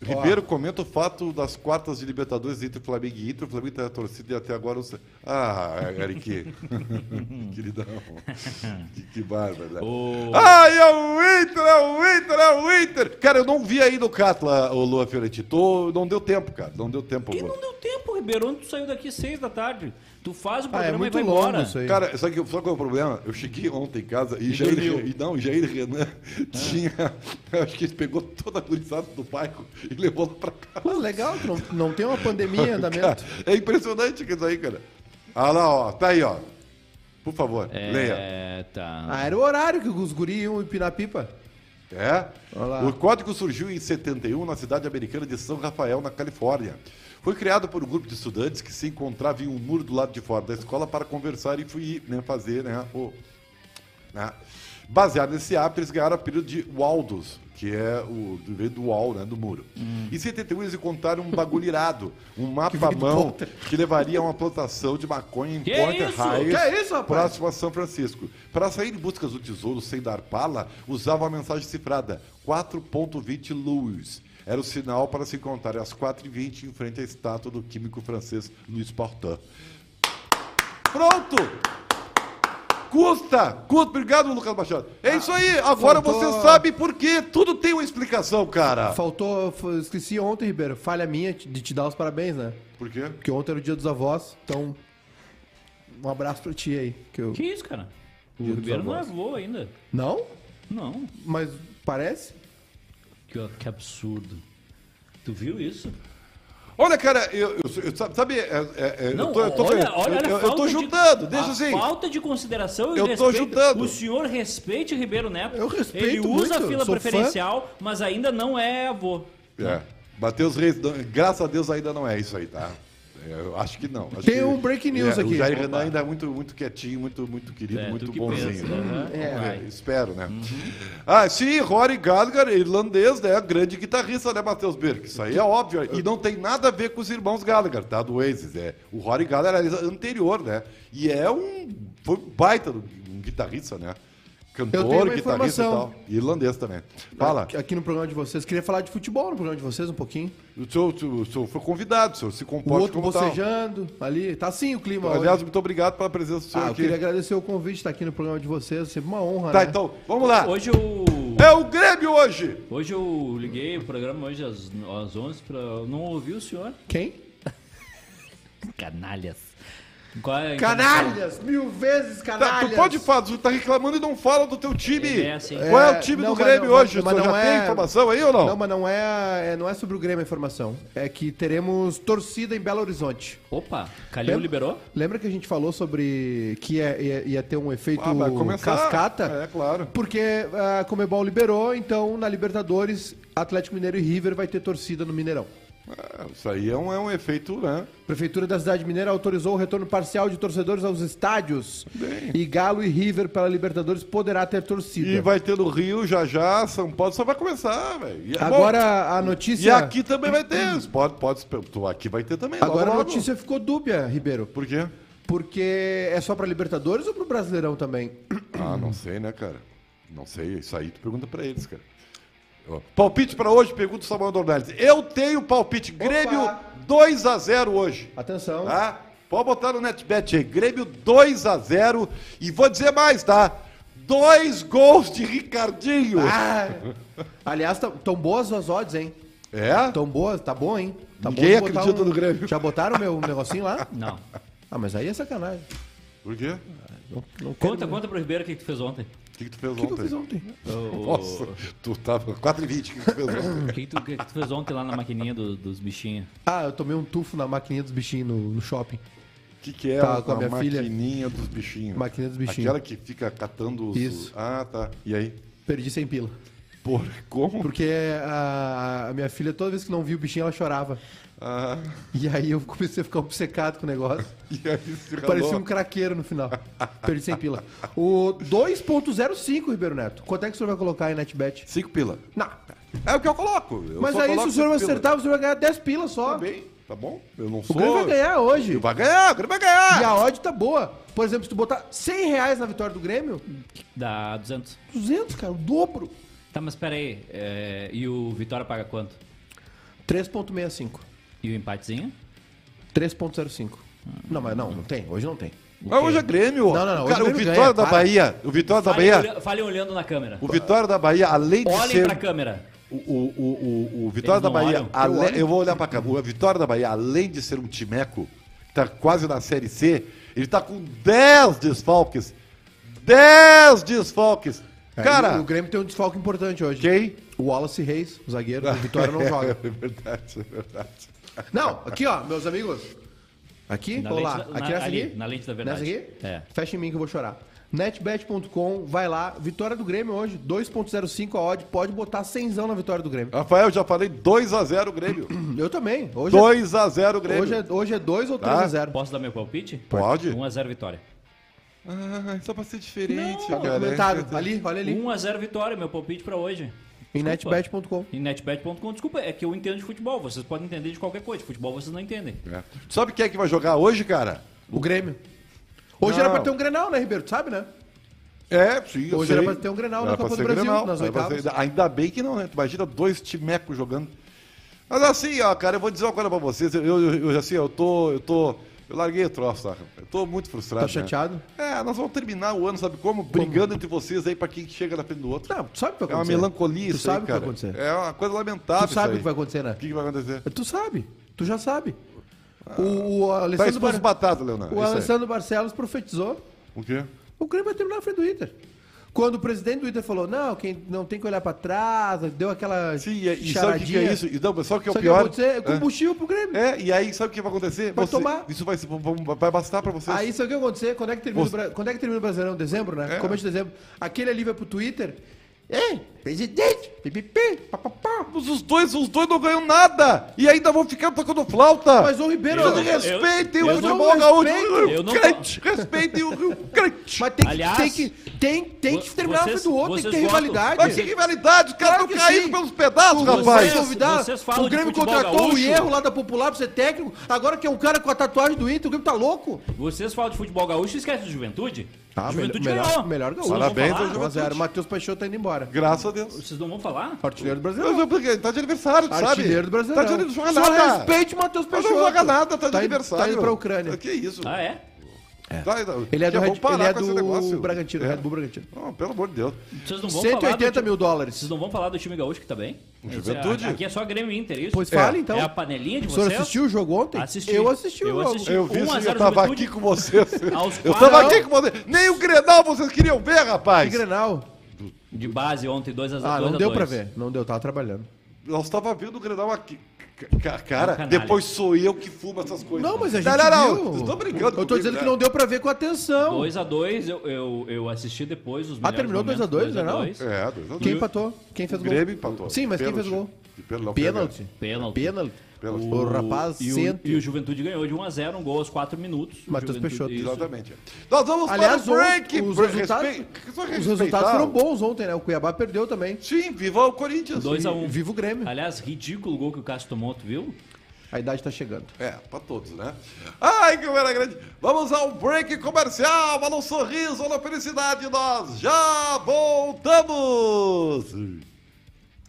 A: Ribeiro comenta o fato das quartas de Libertadores entre Flamengo e Inter. O Flamengo está torcido e até agora. o Ce- Ah, Eric. Queridão. Que, que bárbaro. né?
D: Ô.
A: Ai, é o Inter, é o Inter, é o Inter. Cara, eu não vi ainda o Catla, o Lua Fioretti. Tô- não deu tempo, cara. Não deu tempo.
D: Que
A: Lua.
D: não deu tempo, Ribeiro. Ontem tu saiu daqui seis da tarde. Tu faz o
B: Ah,
D: programa
B: é
D: e
B: muito
D: vai
B: longo
D: embora.
B: isso aí.
A: Cara, sabe, que, sabe qual é o problema? Eu cheguei ontem em casa e Jair,
D: dormiu.
A: e não, Jair Renan tinha. Acho que ele pegou toda a gurizada do bairro e levou lá pra casa.
B: Pô, legal, tu não, não tem uma pandemia em
A: Cara,
B: andamento.
A: é impressionante isso aí, cara. Ah lá, ó, tá aí, ó. Por favor, leia.
D: É, tá.
B: Ah, era o horário que os guris iam empinar pipa.
A: É?
B: Olha lá.
A: O código surgiu em 71 na cidade americana de São Rafael, na Califórnia. Foi criado por um grupo de estudantes que se encontrava em um muro do lado de fora da escola para conversar e fui né, fazer, né, o- né? Baseado nesse app, eles ganharam o apelido de Waldos, que é o do veio do wall, né, do muro.
B: Hum.
A: Em 71 eles encontraram um bagulho irado, um mapa à mão que levaria a uma plantação de maconha em
D: Que
A: Pointer
D: isso?
A: Heights,
B: Que isso, rapaz?
A: próximo a São Francisco. Para sair em busca do tesouro sem dar pala, usava uma mensagem cifrada 4.20 Louis. Era o sinal para se encontrar às 4h20 em frente à estátua do químico francês Louis Portin. Pronto! Custa! Custa! Obrigado, Lucas Machado. É isso aí, agora
B: faltou-
A: você sabe por quê. Tudo tem uma explicação, cara.
B: Faltou, f- esqueci ontem, Ribeiro, falha minha t- de te dar os parabéns, né?
A: Por quê?
B: Porque ontem era o dia dos avós, então um abraço pra ti aí. Que eu...
D: Que isso, cara? O
B: Dia dos
D: Ribeiro não é
B: avós.
D: avô ainda.
B: Não?
D: Não.
B: Mas parece?
D: Que, que absurdo. Tu viu isso?
A: Olha, cara, eu, eu- eu- sabe, sabe, é- é- é, eu
D: Não,
A: tô, eu tô-
D: olha,
A: eu-
D: olha a
A: eu- eu
D: falta
A: tô
D: de-
A: juntando, deixa
D: a
A: assim.
D: Falta de consideração e
A: Eu tô
D: respeito.
A: juntando.
D: O senhor respeite o Ribeiro Neto.
B: Eu respeito
D: Ele usa
B: muito,
D: a fila
B: sou
D: preferencial, mas ainda não é avô.
B: Né?
A: É, Matheus Reis, não- graças a Deus ainda não é isso aí, tá? É, Eu acho que não. acho
B: Tem
A: que-
B: um break news
A: é, O
B: aqui.
A: Jair
B: Opa.
A: Renan ainda é muito, muito quietinho, muito, muito querido,
D: É,
A: muito
D: tu que
A: bonzinho.
D: pensa,
A: né?
D: né? Uhum.
A: Vamos ver,
B: É.
D: Vai.
A: Espero, né? Ah, sim, Rory Gallagher, irlandês, né? Grande guitarrista, né, Matheus Birk? Isso aí é óbvio. E não tem nada a ver com os irmãos Gallagher, tá? Do Oasis, é. O Rory Gallagher era anterior, né? E é um... Foi um baita do- um guitarrista, né? Cantor,
B: tenho uma
A: guitarrista
B: informação.
A: e tal. E irlandês também. Fala.
B: Aqui no programa de vocês. Queria falar de futebol no programa de vocês um pouquinho.
A: O senhor, o senhor- o senhor foi convidado, o senhor se
B: O
A: comporte
B: outro
A: como tal.
B: bocejando ali. Tá sim o clima
A: Aliás,
B: hoje.
A: muito obrigado pela presença do senhor
B: Ah, eu
A: aqui.
B: queria agradecer o convite, tá aqui no programa de vocês. Sempre uma honra,
A: Tá,
B: né?
A: então, vamos lá.
D: Hoje o.
A: É o Grêmio hoje!
D: Hoje eu liguei o programa hoje às, às 11 pra não ouvir o senhor.
B: Quem?
D: Canalhas. Qual é a
B: Canalhas! Mil vezes
A: Tá,
B: canalhas!
A: tu pode falar, tu tá reclamando e não fala do teu time.
D: É, assim.
A: Qual é o
B: É,
A: time
B: não,
A: do
B: mas
A: Grêmio
B: não-
A: hoje?
B: mas
A: Você já
B: não é-
A: tem informação aí ou não?
B: Não, mas não é, é- não é sobre o Grêmio a informação. É que teremos torcida em Belo Horizonte.
D: Opa, Calil
B: Lembra-
D: liberou?
B: Lembra que a gente falou sobre que ia, ia- ia ter um efeito
A: Ah, vai começar.
B: cascata?
A: É, claro.
B: Porque a Comebol liberou, então na Libertadores, Atlético Mineiro e River vai ter torcida no Mineirão.
A: É, isso aí é um, é um efeito, né?
B: Prefeitura da cidade mineira autorizou o retorno parcial de torcedores aos estádios. E Galo e River pela Libertadores poderá ter torcida.
A: E vai ter no Rio, já já, São Paulo, só vai começar, velho. E- é bom,
B: Agora a
A: e
B: notícia.
A: aqui também vai ter. Pode, pode, tu- aqui vai ter também. logo,
B: Agora a
A: logo.
B: notícia ficou dúbia, Ribeiro.
A: Por quê?
B: Porque é só pra Libertadores ou pro Brasileirão também?
A: Ah, não sei, né, cara? Não sei, isso aí tu pergunta pra eles, cara. Ó, Palpite pra hoje, pergunta o Samuel Dornelles. Eu tenho palpite Grêmio 2x0 hoje.
B: Atenção.
A: Tá? Pode botar no NetBet aí. Grêmio 2x0. E vou dizer mais, tá? Dois gols de Ricardinho.
B: Ah! Aliás, tá- tão boas as odds, hein?
A: É?
B: Tão boas, tá bom, hein? Tá bom
A: Ninguém
B: de botar
A: acredita no Grêmio.
B: Já botaram meu um negocinho lá?
D: Não.
B: Ah, mas aí é sacanagem.
A: Por quê?
B: Não, não quero-
D: Conta, conta pro Ribeiro o que, que tu fez ontem.
A: O que, que tu fez
B: O que, que eu
A: ontem?
B: fiz ontem?
A: Nossa, tu tava 4h20. O que, que tu fez ontem?
D: O que, que tu, o que que tu fez ontem lá na maquininha do- dos bichinhos?
B: Ah, eu tomei um tufo na maquininha dos bichinhos no, no shopping.
A: O que, que é
B: Tava Tá, com a
A: a
B: minha filha.
A: maquininha dos bichinhos?
B: Maquininha dos bichinhos.
A: Aquela que fica catando os...
B: Isso.
A: Ah, tá. E aí?
B: Perdi sem pila.
A: Por como?
B: Porque ah, a, a minha filha, toda vez que não via o bichinho, ela chorava.
A: Ah,
B: E aí eu comecei a ficar obcecado com o negócio.
A: e aí se ralou.
B: Parecia um craqueiro no final. Perdi sem pila. O 2.05, Ribeiro Neto. Quanto é que o senhor vai colocar em NetBet?
A: Cinco pila.
B: Não.
A: É o que eu coloco. Eu
B: Mas
A: só
B: aí se
A: coloco
B: o senhor
A: cinco pila.
B: acertar, o senhor vai ganhar 10 pilas só.
A: Tá bem. Tá bom? Eu não
B: O
A: sou.
B: Grêmio vai ganhar hoje.
A: Vai ganhar, o Grêmio vai ganhar.
B: E a odd tá boa. Por exemplo, se tu botar 100 reais na vitória do Grêmio,
D: Dá 200.
B: 200, cara, o dobro.
D: Tá, mas pera aí. é, e o Vitória paga quanto?
B: 3.65.
D: E o empatezinho?
B: 3.05. Não, mas não, não tem. Hoje não tem.
A: Mas hoje é Grêmio.
B: Não, não, não, hoje
A: Cara,
B: o
A: o
B: Grêmio
A: Vitória
B: ganha,
A: da
B: para.
A: Bahia. O Vitória da
D: Falem,
A: Bahia.
D: olha- falem olhando na câmera.
A: Tá é. O Vitória da Bahia, além de
D: Olhem
A: ser. um
D: pra câmera.
A: O, o, o, o, o Vitória
D: Eles
A: da
D: não
A: Bahia,
D: olham?
A: ale-
B: Eu
A: eu,
B: olho.
A: vou olhar pra cá. O Vitória da Bahia, além de ser um timeco, que tá quase na Série C, ele tá com 10 desfalques. 10 desfalques.
B: E
A: Cara,
B: o Grêmio tem um desfalque importante hoje.
A: quem?
B: O Wallace Reis, o zagueiro, o Vitória não
A: É
B: joga.
A: verdade, é verdade.
B: Não, aqui ó, meus amigos. Aqui?
D: Na
B: Ou lá?
D: lente da-
B: aqui
D: na-
B: nessa
D: ali,
B: aqui?
D: na lente da verdade.
B: Nessa aqui?
D: É.
B: Fecha em mim que eu vou chorar. Netbet.com, vai lá. Vitória do Grêmio hoje, 2.05 a odd. Pode botar 100 na vitória do Grêmio.
A: Rafael, já falei 2x0 o Grêmio.
B: Eu também. Hoje,
A: 2x0 o
B: é,
A: Uhum. Grêmio.
B: hoje, é, hoje é 2 ou 3
A: Tá.
B: a 0.
D: Posso dar meu palpite?
A: Pode.
D: 1x0 Vitória.
A: Ah, só pra ser diferente,
B: Tá no
A: cara.
B: comentário. Ali, olha
A: Uh,
B: ali.
D: 1x0 Vitória, meu palpite pra hoje.
B: Em
D: Desculpa.
B: netbet.com.
D: Em netbet.com, desculpa, é que eu entendo de futebol. Vocês podem entender de qualquer coisa. De futebol vocês não entendem.
A: É. Sabe quem é que vai jogar hoje, cara?
B: O Grêmio. Hoje
A: Uh. Não.
B: era pra ter um Grenal, né, Ribeiro? Tu sabe, né?
A: É, sim, eu
B: Hoje era
A: sei.
B: pra ter um Grenal
A: Era
B: na
A: pra
B: Copa
A: ser
B: do Brasil,
A: Grenal,
B: nas
A: era pra
B: oitavas.
A: ser- Ainda bem que não, né? Tu imagina dois timecos jogando. Mas assim, ó, cara, eu vou dizer uma coisa pra vocês. Eu, eu, eu, assim, eu tô, eu tô... Eu larguei o troço, tá? Eu tô muito frustrado.
B: Tá chateado?
A: Né? É, nós vamos terminar o ano, sabe como? Brigando entre vocês aí pra quem chega na frente do outro.
B: Não, tu sabe o que vai
A: é uma
B: acontecer.
A: melancolia
B: tu
A: isso
B: sabe
A: aí,
B: o que vai
A: cara.
B: acontecer.
A: É uma coisa lamentável
B: Tu sabe
A: isso
B: o que vai
A: aí.
B: acontecer, né?
A: O que que vai acontecer?
B: Tu sabe, tu já sabe. O, o
A: Tá
B: Alessandro,
A: exposto
B: Bar-
A: batata, Leonardo.
B: o
A: isso aí.
B: Alessandro Barcelos profetizou:
A: O quê?
B: o Grêmio vai terminar na frente do Inter. Quando o presidente do Inter falou, não, quem não tem que olhar pra trás, deu aquela
A: Sim, e, e sabe o que que é isso? E não, mas sabe o que é o
B: Só que
A: pior?
B: vai acontecer
A: Hã?
B: combustível pro Grêmio.
A: É, e aí sabe o que vai acontecer?
B: Vai
A: Você-
B: tomar.
A: Isso vai, se- vai bastar pra vocês.
B: Aí sabe o que vai acontecer? Quando é que termina, o,
A: Você-
B: Bra- quando é que termina o Brasileirão? Dezembro, né?
A: É.
B: Começo de dezembro. Aquele ali vai pro Twitter. Ei, presidente, pipipi, papapá.
A: Mas os dois, os dois não ganham nada! E ainda vão ficar tocando flauta!
B: Mas o Ribeiro.
A: Vocês
D: Eu-
A: respeitem
D: eu-
A: o
D: eu
A: futebol
B: não
A: gaúcho!
B: respeito.
A: o
D: Eu
A: Rio
D: não-
A: Grande, Respeitem o Rio Grande!
B: Mas tem que,
D: Aliás,
B: tem que, tem, tem que
D: vo-
B: terminar
D: vocês-
B: na frente do outro, tem que
D: vocês
B: ter
D: votam-
B: rivalidade.
A: Mas que rivalidade! Os caras
B: Claro
A: estão
B: que
A: caídos
B: sim.
A: pelos pedaços,
B: Vai
A: rapaz!
D: vocês-
B: convidar.
D: vocês falam
B: o Grêmio
D: de futebol
B: contratou o
D: gaúcho?
B: Hierro lá da Popular pra ser técnico. Agora que é um cara com a tatuagem do Inter, o Grêmio tá louco.
D: Vocês falam de futebol gaúcho e esquecem de juventude?
B: Tá,
D: juventude
B: melhor-
D: ganhou.
B: melhor gaúcho.
D: Vocês não vão
A: Parabéns,
D: falar?
A: Juventude.
B: 1x0. Matheus Peixoto tá indo embora.
A: Graças a Deus!
D: Vocês não vão falar?
B: Artilheiro do
A: Mas
B: Brasileiro.
A: eu- porque ele tá de aniversário, tu sabe?
B: Artilheiro do Brasileiro.
A: Tá de aniversário, não
B: Só
A: joga nada!
B: respeite o Matheus
A: Mas
B: Peixoto.
A: não joga nada, tá de
B: indo-
A: aniversário!
B: Tá indo pra Ucrânia.
A: Que isso?
D: Ah, é?
A: Tá, então,
B: Ele é
A: já
B: do,
A: vamos
B: Red, ele
A: parar
B: é
A: com esse
B: do
A: negócio.
B: Bragantino,
A: É.
B: Red Bull Bragantino.
A: Não, pelo amor de Deus.
D: Vocês não vão falar. do
B: 180
D: ti-
B: mil dólares.
D: Vocês não vão falar do time gaúcho que tá bem?
A: Juventude.
D: Aqui é só Grêmio e Inter, isso?
B: Pois fala,
D: É.
B: então.
D: É a panelinha de
B: O senhor
D: vocês?
B: assistiu o jogo ontem?
D: Assisti.
B: Eu assisti o
D: Eu
B: jogo.
D: assisti.
A: Eu vi
D: 1 a
A: isso,
D: 0
A: eu tava
D: Juventude.
A: aqui com vocês.
D: Aos
A: Eu tava
D: quatro.
A: aqui com vocês. Nem o Grenal vocês queriam ver,
B: Que
A: rapaz.
B: Grenal.
D: De base ontem, 2x0.
B: Ah, não deu pra ver. Não deu, tava trabalhando.
A: Nós tava vendo o Grenal aqui. Ca- ca- Cara,
D: canalha.
A: depois sou eu que fumo essas coisas.
B: Não, mas a gente
A: Não, não,
B: viu.
A: Vocês estão brincando né?
B: Eu tô dizendo que não deu pra ver com atenção.
D: 2x2, eu, eu, eu assisti depois os
B: Ah,
D: melhores
B: terminou
D: momentos,
B: 2x2,
D: dois a
B: né, não?
D: dois.
A: É, dois a dois.
B: Quem empatou? Quem fez
A: O
B: gol?
A: Grêmio empatou.
B: Sim, mas quem fez gol?
A: De pênalti.
B: Pênalti.
D: Pênalti.
B: Pênalti.
A: Pênalti.
B: O rapaz
D: E o,
B: senta.
D: e o Juventude ganhou de 1x0, um gol aos 4 minutos.
B: Matheus
D: Juventude-
B: Peixoto.
D: isso.
A: Exatamente. Nós vamos
B: Aliás,
A: para o break.
B: ontem, os,
A: Pre-
B: resultados,
A: respe- só
B: os
A: respeitar.
B: resultados foram bons ontem, né? O Cuiabá perdeu também.
A: Sim, viva o Corinthians.
D: 2x1.
B: E viva o Grêmio.
D: Aliás, ridículo o gol que o Cássio tomou, tu viu?
B: A idade tá chegando.
A: É, pra todos, né? Ai, que era grande! Vamos ao break comercial, para um sorriso na felicidade, nós já voltamos!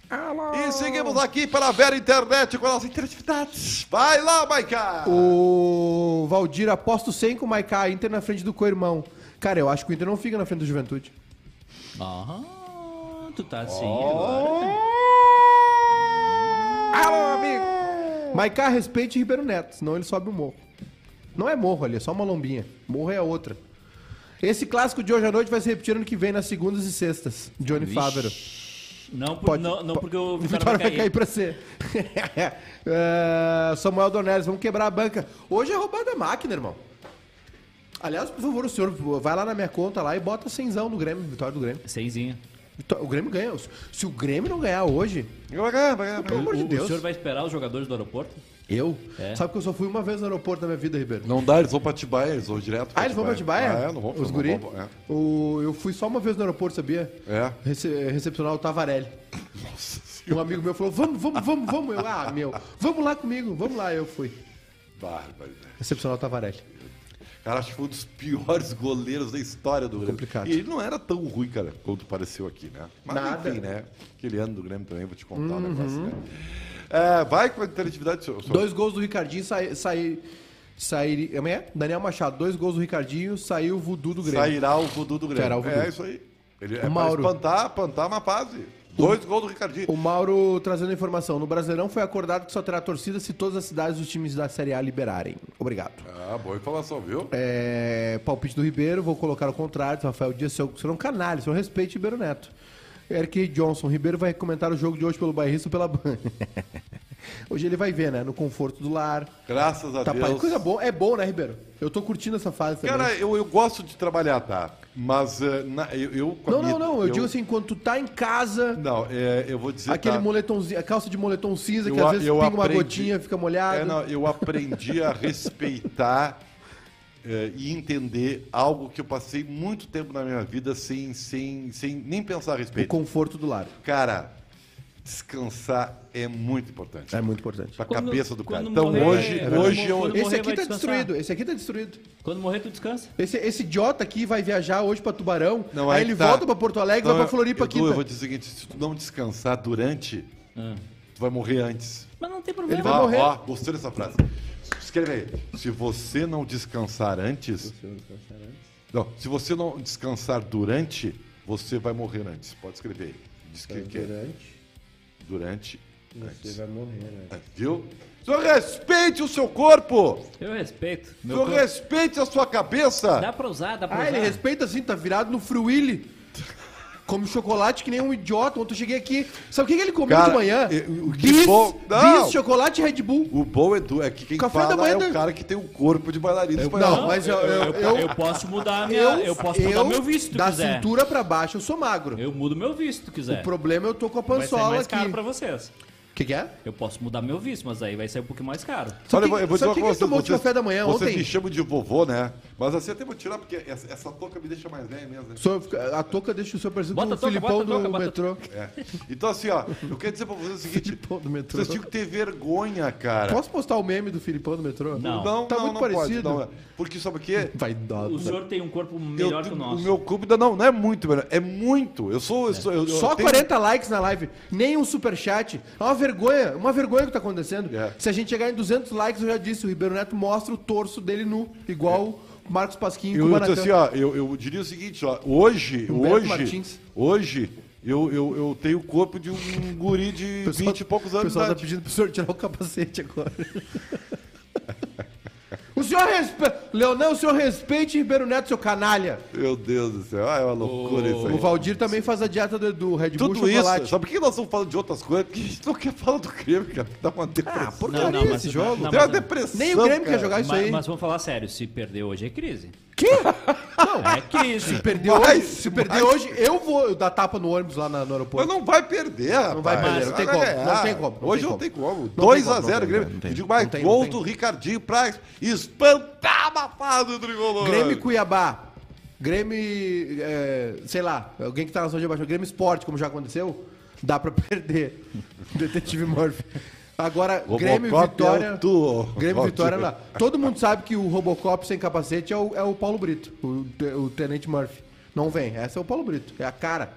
A: E seguimos aqui pela Vera Internet com a nossa interatividade. Vai lá, Maica!
B: O Valdir aposta o 100 com o Maiká, Inter na frente do co-irmão. Cara, eu acho que o Inter não fica na frente do Juventude.
D: Ah, tu tá assim agora.
B: Alô, amigo! Maiká, É. respeite Ribeiro Neto, senão ele sobe o morro. Não é morro ali, é só uma lombinha. Morro é a outra. Esse clássico de hoje à noite vai se repetir ano que vem nas segundas e sextas. Johnny Fávero.
D: Não, por,
B: Pode-
D: não, não
B: po-
D: porque o
B: Vitória,
D: Vitória vai cair.
B: pra ser. É, Samuel Dornelles, vamos quebrar a banca. Hoje é roubada a máquina, irmão. Aliás, por favor, o senhor vai lá na minha conta lá e bota cenzão do Grêmio, vitória do Grêmio.
D: Seizinho.
B: Vitó- O Grêmio ganha. Se o Grêmio não ganhar hoje,
A: Vai ganhar, vai ganhar, vai
B: pelo
A: ganhar.
B: amor de
D: O, o
B: Deus.
D: senhor vai esperar os jogadores do aeroporto?
B: Eu?
D: É.
B: Sabe que eu só fui uma vez no aeroporto na minha vida, Ribeiro?
A: Não dá, eles vão pra Tibaia, eles vão direto
B: Ah, eles vão pra Atibaia?
A: Ah, é, não vão
B: Os
A: não
B: guri?
A: vão- é.
B: O- eu fui só uma vez no aeroporto, sabia?
A: É.
B: Rece- recepcionar o Tavarelli.
A: Nossa
B: Um amigo meu falou: vamos, vamos, vamos, vamos. Eu, ah, meu, vamos lá comigo, vamos lá. Eu fui.
A: Bárbaro. né?
B: Excepcional Tavarelli.
A: Cara, acho que foi um dos piores goleiros da história do Grêmio.
B: Complicado.
A: E ele não era tão ruim, cara, quanto pareceu aqui, né? Mas
B: Nada.
A: enfim, né? Aquele ano do Grêmio também, vou te contar um negócio, né? É, vai com a interatividade, seu. seu-
B: Dois gols do Ricardinho sair. Sair. sair como é? Daniel Machado, dois gols do Ricardinho, saiu o voodoo do Grêmio.
A: Sairá o voodoo do Grêmio.
B: Será o voodoo.
A: É isso aí. Ele é
B: Mauro.
A: pra espantar, espantar uma fase. Dois gols do Ricardinho.
B: O Mauro trazendo a informação. No Brasileirão foi acordado que só terá torcida se todas as cidades dos times da Série A liberarem. Obrigado.
A: Ah, boa informação, viu?
B: É, palpite do Ribeiro, vou colocar o contrário. Rafael Dias, seu, será um canalha, seu respeito, Ribeiro Neto. Eric Johnson, Ribeiro vai comentar o jogo de hoje pelo bairrista ou pela Band. hoje ele vai ver, né? No conforto do lar.
A: Graças a
B: Tá,
A: Deus.
B: pai, coisa boa. É bom, né, Ribeiro? Eu tô curtindo essa fase também.
A: Cara, eu, eu gosto de trabalhar, tá? Mas eh, na- eu, eu com a
B: não,
A: minha-
B: não, não. Eu, digo assim, quando tu tá em casa,
A: Não, é, eu vou dizer.
B: aquele
A: tá?
B: moletomzinho, a calça de moletom cinza, que
A: Eu
B: às
A: a-
B: vezes
A: eu
B: pinga uma
A: aprendi.
B: gotinha, fica molhada.
A: É, não, eu aprendi a respeitar eh, e entender algo que eu passei muito tempo na minha vida sem, sem, sem nem pensar a
B: o
A: respeito.
B: conforto do lar.
A: Cara, descansar é muito importante.
B: É muito importante.
A: Pra
D: Quando-
A: cabeça do cara.
D: quando
A: Então
D: morrer-
A: hoje,
D: é verdade.
A: hoje eu.
D: Quando
B: Esse
D: morrer,
B: aqui
D: vai
B: tá
D: descansar.
B: destruído, esse aqui tá destruído.
D: Quando morrer, tu descansa.
B: Esse, esse idiota aqui vai viajar hoje pra Tubarão,
A: Não,
B: aí
A: que
B: ele
A: tá.
B: volta pra Porto Alegre,
A: Então,
B: vai pra Floripa tá-
A: Edu,
B: aqui.
A: Eu vou dizer o seguinte: se tu não descansar durante,
D: Ah.
A: tu vai morrer antes.
D: Mas não tem problema.
B: vai
A: Ó,
B: morrer.
A: ó, gostei dessa frase. Escreve aí. Se você não descansar antes. Não, se você não descansar durante, você vai morrer antes. Pode escrever aí. Diz que, que é
E: Durante,
A: durante. antes. É,
E: você vai morrer, né?
A: Viu? Senhor, respeite o seu corpo!
D: Eu respeito. Meu
A: Senhor,
D: corpo-
A: respeite a sua cabeça!
D: Dá pra usar, dá pra
B: Ah,
D: usar.
B: ele respeita assim, tá virado no fruíli. Come chocolate que nem um idiota. Ontem eu cheguei aqui. Sabe o que, que ele comeu
A: Cara,
B: de manhã?
A: e- o que
B: bis,
A: bom- Não!
B: bis, chocolate e Red Bull.
A: O bom, Edu, é que quem
B: Café da
A: fala
B: manhã
A: é
B: da-
A: o cara que tem o corpo de bailarino espanhol.
B: Não, mas eu. Eu,
D: Eu,
B: eu, eu,
D: posso mudar a minha. Eu, posso mudar meu visto, se tu
B: Da
D: quiser.
B: cintura pra baixo eu sou magro.
D: Eu mudo meu visto, se tu quiser.
B: O problema é eu tô com a
D: Vai sair
B: pançola
D: mais
B: aqui.
D: caro pra vocês.
B: Que que é?
D: Eu posso mudar meu visto, mas aí vai sair um pouquinho mais caro.
B: Sabe
A: Olha,
B: que-
A: eu vou dizer
B: sabe
A: uma
B: que
A: coisa.
B: que tomou de café da manhã
A: vocês
B: ontem?
A: me chamam de vovô, né? Mas assim até vou tirar, porque essa, essa touca me deixa mais velho mesmo, né?
B: Só fica- A touca deixa o seu parecido
D: Bota
B: com o
D: a touca,
B: Filipão
D: bota a touca,
B: do
D: bota a
B: metrô.
A: É. Então, assim, ó, eu quero dizer pra vocês o seguinte:
B: Filipão do metrô.
A: vocês tinham que ter vergonha, cara.
B: Posso postar o meme do Filipão do metrô?
D: É. Não.
B: Tá muito parecido.
A: não é. porque sabe o quê?
B: Vai dar.
D: O senhor tem um corpo melhor
A: Eu-
D: que o nosso.
A: meu clube ainda não, não é muito melhor, é muito. Eu sou. Eu sou eu, eu
B: Só
A: tenho-
B: 40 likes na live, nem um superchat. É uma vergonha, uma vergonha que tá acontecendo.
A: É.
B: Se a gente chegar em 200 likes, eu já disse, o Ribeiro Neto mostra o torso dele nu, igual o Marcos Pasquim
A: Eu,
B: o
A: eu, assim, ó, eu, eu diria o seguinte, ó, hoje,
B: Humberto
A: hoje,
B: Martins.
A: hoje, eu, eu, eu tenho o corpo de um guri de 20 e poucos
B: O
A: anos. de
B: pessoal tá
A: idade.
B: pedindo pro senhor tirar o capacete agora. o senhor respeita... Leonel, o senhor respeite Ribeiro Neto, seu canalha.
A: Meu Deus do céu, ah, é uma loucura isso aí.
B: O Valdir também faz a dieta do Edu, Red Bull,
A: Tudo
B: chocolate.
A: isso, sabe por que nós estamos falando de outras coisas? Porque a gente não quer falar do Grêmio, cara, porque dá uma depressão.
B: porcaria esse jogo.
A: Deu uma
D: mas-
A: depressão.
B: Nem o Grêmio
A: cara.
B: quer jogar é isso
D: mas-
B: aí.
D: mas vamos falar sério, se perder hoje é crise.
B: Que?
D: É crise.
B: Perdeu
A: Mas,
B: hoje, se perder
A: mas-
B: hoje, eu vou dar tapa no ônibus lá na- no aeroporto.
A: Mas não vai perder, rapaz.
B: vai perder, não tem
A: Vai
B: como,
A: ganhar.
B: não tem como, não
A: Hoje
B: tem
A: não tem como.
B: Não tem como,
A: 2x0
B: não tem
A: Grêmio.
B: como, não
A: Eu
B: tem.
A: digo mais,
B: Não tem,
A: gol
B: não tem.
A: do Ricardinho pra espantar a mafada do tricolor.
B: Grêmio e Cuiabá. Grêmio, é, sei lá, alguém que tá na zona de abaixo. Grêmio Esporte, como já aconteceu, dá pra perder. Detetive Murphy. Agora,
A: Robocop
B: Grêmio e
A: é o
B: Vitória.
A: tu,
B: Grêmio e
A: Robocop.
B: Vitória lá. Todo mundo sabe que o Robocop sem capacete é o, é o Paulo Brito, o, te- o Tenente Murphy. Não vem, essa é o Paulo Brito, é a cara.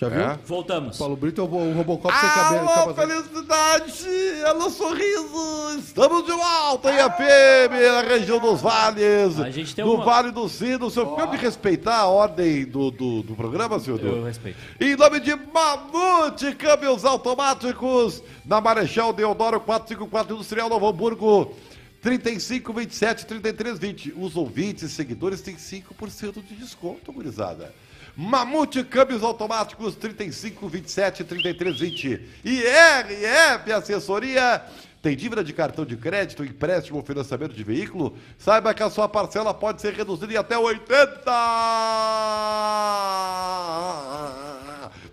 B: Já viu?
A: É? Ah,
D: Voltamos.
B: Paulo Brito é o, o Robocop sem cabelo,
A: Alô,
B: capacete.
A: felicidade! Alô, sorriso! Estamos de volta em APM, na região dos vales,
D: A gente tem
A: do
D: uma-
A: Vale do Sino. O senhor pode respeitar a ordem do, do, do programa, senhor?
D: Eu respeito.
A: Em nome de Mamute Câmbios Automáticos, na Marechal Deodoro 454 Industrial Novo Hamburgo. 35, 27, 33, 20. Os ouvintes e seguidores têm 5% de desconto, gurizada. Mamute Câmbios Automáticos, 35, 27, 33, 20. E RF Assessoria. Tem dívida de cartão de crédito, empréstimo ou financiamento de veículo? Saiba que a sua parcela pode ser reduzida em até 80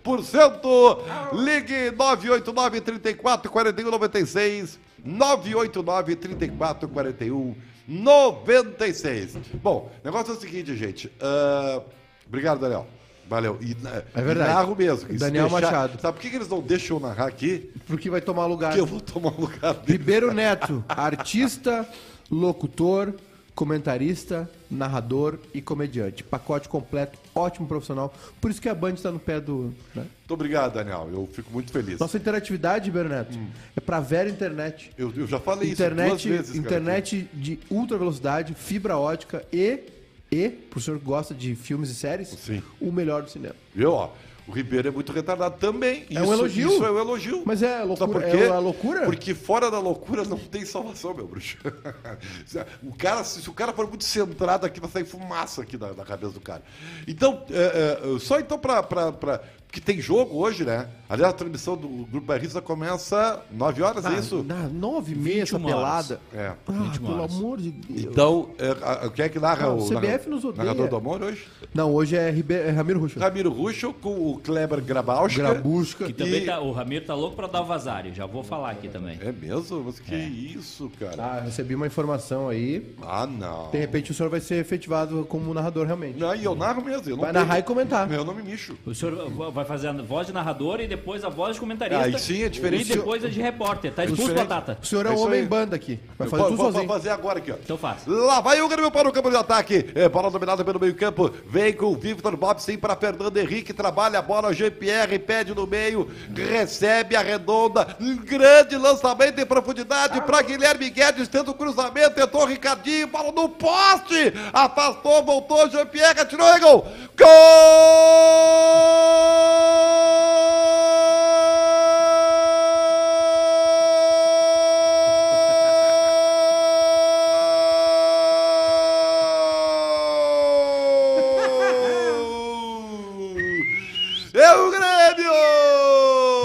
A: por cento. Ligue 989 34 41 96 989 34 41 96. Bom, o negócio é o seguinte, gente. Ah, obrigado, Daniel. Valeu. E, na-
B: É verdade.
A: e narro mesmo. que se
B: Daniel
A: deixar-
B: Machado.
A: Sabe por que que eles não deixam eu narrar aqui?
B: Porque vai tomar lugar.
A: Porque eu vou tomar o lugar dele.
B: Ribeiro Neto, artista, locutor, comentarista, narrador e comediante. Pacote completo, ótimo profissional. Por isso que a Band está no pé do. né?
A: Muito obrigado, Daniel. Eu fico muito feliz.
B: Nossa interatividade, Ribeiro Neto, é pra velha internet.
A: Eu, eu já falei Hum. isso duas
B: Internet,
A: vezes. cara,
B: internet de ultra velocidade, fibra ótica e, e, pro senhor que gosta de filmes e séries,
A: Sim.
B: o melhor do cinema.
A: aqui. Viu, ó? O Ribeiro é muito retardado também.
B: É um elogio.
A: Isso é um elogio.
B: Mas é
A: Sabe
B: loucura-
A: por quê?
B: é a loucura?
A: Porque fora da loucura não tem salvação, meu bruxo. o cara, se se o cara for muito centrado aqui, vai sair fumaça aqui da, da cabeça do cara. Então, é, é, só então pra, pra, pra- Porque tem jogo hoje, né? Aliás, a transmissão do Grupo Barrista começa 9 horas,
B: Ah,
A: é isso?
B: Na nove e meia, essa
D: 21 horas.
B: pelada.
A: É.
B: Ah,
D: 21
B: pelo
D: horas.
B: amor de Deus.
A: Então, é, a- a- quem é que narra
B: Ah,
A: o
B: o CBF nos odeia.
A: narrador do amor hoje?
B: Não, hoje é, Ribe... é Ramiro Russo.
A: Ramiro Ruxo com o Kleber Grabauska.
B: Grabusca.
D: Que também
A: E-
D: tá, o Ramiro tá louco pra dar vazare, já vou falar aqui também.
A: É mesmo? Mas que isso, cara?
B: Ah, recebi uma informação aí.
A: Ah, não.
B: De repente o senhor vai ser efetivado como narrador realmente.
A: Não, e eu narro mesmo. Eu não
B: Hum. Vai
A: tenho-
B: narrar e comentar.
A: Eu não me mexo.
D: O senhor vai fazer a voz de narrador e depois a voz de comentarista.
A: Aí sim é diferente.
D: E depois a de repórter. Tá expulso,
A: diferente.
D: Batata.
B: O senhor é,
A: É
B: um
A: isso
B: homem
A: aí.
B: banda aqui. Vai
A: Eu
B: fazer
A: vou-
B: tudo
A: vou-
B: sozinho.
A: Vou fazer agora aqui, ó.
D: Então faz.
A: Lá vai o Grêmio para o campo de ataque. É, bola dominada pelo meio campo. Vem com o Victor Bobson para Fernando Henrique. Trabalha a bola. GPR pede no meio. Recebe a redonda. Grande lançamento em profundidade para Guilherme Guedes. Tenta o cruzamento. Tentou o Ricardinho. Bola no poste. Afastou, voltou. GPR atirou. É gol. Gol! É o Grêmio!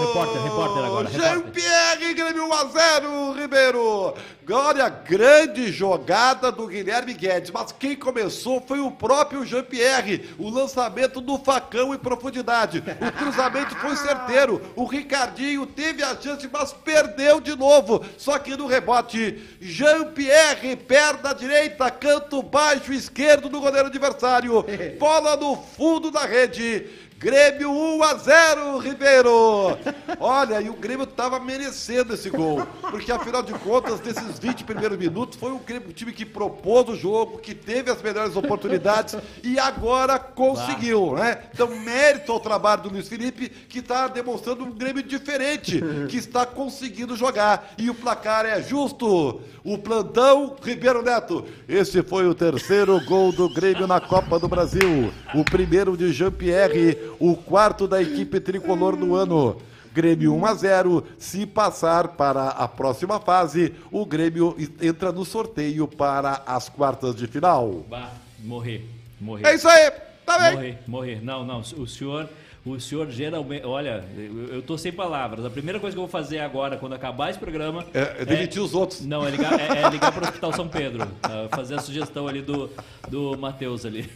D: Repórter, repórter agora, repórter.
A: Jean-Pierre, Grêmio 1 a 0, Ribeiro. Olha, grande jogada do Guilherme Guedes, mas quem começou foi o próprio Jean-Pierre. O lançamento do facão em profundidade. O cruzamento foi certeiro. O Ricardinho teve a chance, mas perdeu de novo. Só que no rebote, Jean-Pierre, perna direita, canto baixo esquerdo do goleiro adversário. Bola no fundo da rede. Grêmio 1 a 0, Ribeiro! Olha, e o Grêmio tava merecendo esse gol, porque afinal de contas, desses 20 primeiros minutos, foi o Grêmio, o time que propôs o jogo, que teve as melhores oportunidades e agora conseguiu, né? Então, mérito ao trabalho do Luiz Felipe, que está demonstrando um Grêmio diferente, que está conseguindo jogar. E o placar é justo. O plantão Ribeiro Neto. Esse foi o terceiro gol do Grêmio na Copa do Brasil. O primeiro de Jean-Pierre, o quarto da equipe tricolor do ano. Grêmio 1 a 0. Se passar para a próxima fase, o Grêmio entra no sorteio para as quartas de final.
D: Bah, morrer. Morrer.
A: É isso aí. Tá bem.
D: Morrer, morrer. Não, não. O senhor, o senhor geralmente. Olha, eu, eu tô sem palavras. A primeira coisa que eu vou fazer agora, quando acabar esse programa.
A: É, é demitir os outros.
D: Não, é ligar, é, é ligar pro Hospital São Pedro. tá? fazer a sugestão ali do, do Matheus ali.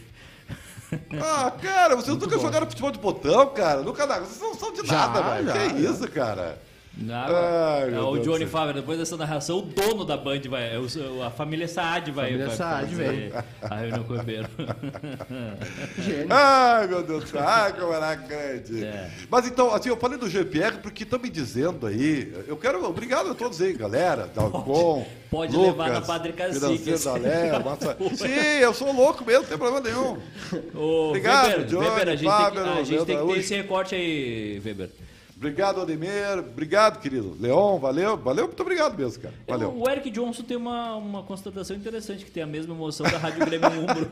A: Ah, cara, vocês nunca jogaram futebol de botão, cara. Nunca nada. Vocês não são de
B: Já,
A: nada, velho.
B: já,
A: Que
B: já.
A: isso, cara?
D: Nada.
A: Ai, meu
D: É, o
A: Deus do
D: Johnny
A: céu.
D: Favre, depois dessa narração, o dono da Band vai. é o- a família Saad vai.
B: Família
D: vai
B: Saad,
D: fazer A reunião com o Ribeiro.
B: Gênio.
A: Ai, meu Deus do céu. Ai, como era grande.
D: É.
A: Mas então, assim, eu falei do GPR porque estão me dizendo aí. Eu quero. Obrigado a todos aí, galera. Dalcon.
D: pode
A: Lucas,
D: levar na Padre
A: Financeiro
D: Cacique. assim.
A: da Léo, Massa- Sim, eu sou louco mesmo, não tem problema nenhum.
D: Ô,
A: Obrigado,
D: Weber,
A: Johnny,
D: Weber, a gente
A: Fábio,
D: tem que, a
A: Leandro
D: gente tem que ter
A: Araújo.
D: esse recorte aí, Weber.
A: Obrigado, Ademir. Obrigado, querido. Leon, valeu. Valeu, muito obrigado mesmo, cara. Valeu.
D: O Eric Johnson tem uma, uma constatação interessante, que tem a mesma emoção da Rádio Grêmio Umbro.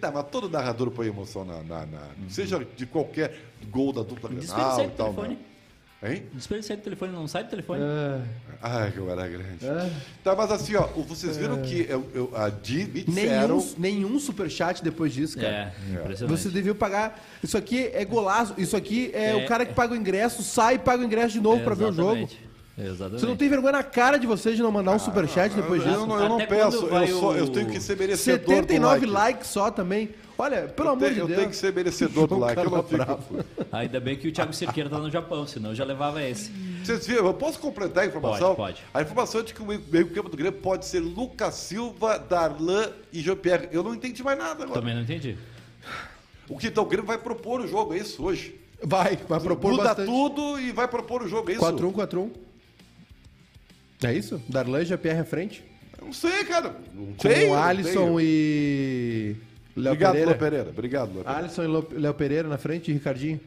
A: Tá, mas todo narrador põe emoção na. na- na-
B: Uhum.
A: Seja de qualquer gol da dupla
D: Dispensa
A: Grenal
D: aí
A: e
D: o
A: tal.
D: telefone.
A: né? Hein?
D: Dispensa aí do telefone, não sai do telefone.
B: Ah,
A: Ai, que eu era grande.
B: É.
A: Tá, mas assim, ó, vocês viram que eu, eu, a Di me disseram.
B: Nenhum, nenhum superchat depois disso, cara.
D: É, impressionante.
B: Você devia pagar. Isso aqui é golaço. Isso aqui é,
D: É.
B: o cara que paga o ingresso, sai e paga o ingresso de novo pra ver o jogo.
D: Exatamente. Exatamente.
B: Você não tem vergonha na cara de vocês de não mandar um superchat depois
A: Ah, Eu,
B: disso?
A: não, eu não
D: Até quando
A: peço, eu,
D: vai
A: só- eu
D: o-
A: tenho que ser merecedor. do like.
B: 79 likes só também. Olha, pelo
A: Eu,
B: amor
A: tenho-
B: de
A: eu
B: Deus.
A: tenho que ser merecedor do
B: João
A: like. Eu não
B: Carlos
A: fico.
B: Bravo.
D: Ainda bem que o Thiago Cerqueira tá no Japão, senão eu já levava esse.
A: Vocês viram? Eu posso completar a informação?
D: Pode, pode.
A: A informação é de que o meio- meio-campo do Grêmio pode ser Lucas Silva, Darlan e Jean-Pierre. Eu não entendi mais nada agora.
D: Também não entendi.
A: O que então o Grêmio vai propor o jogo, é isso hoje.
B: Vai, vai propor
A: Muda
B: bastante.
A: tudo e vai propor o jogo, é isso?
B: 4-1, 4-1. É isso? Darlan já Pierre à frente.
A: Eu não sei, cara. Não
B: Com
A: sei, não
B: Alisson
A: tenho.
B: e. Léo
A: Obrigado,
B: Pereira.
A: Léo Pereira. Obrigado, Léo Pereira.
B: Alisson e Lo- Léo Pereira na frente e Ricardinho.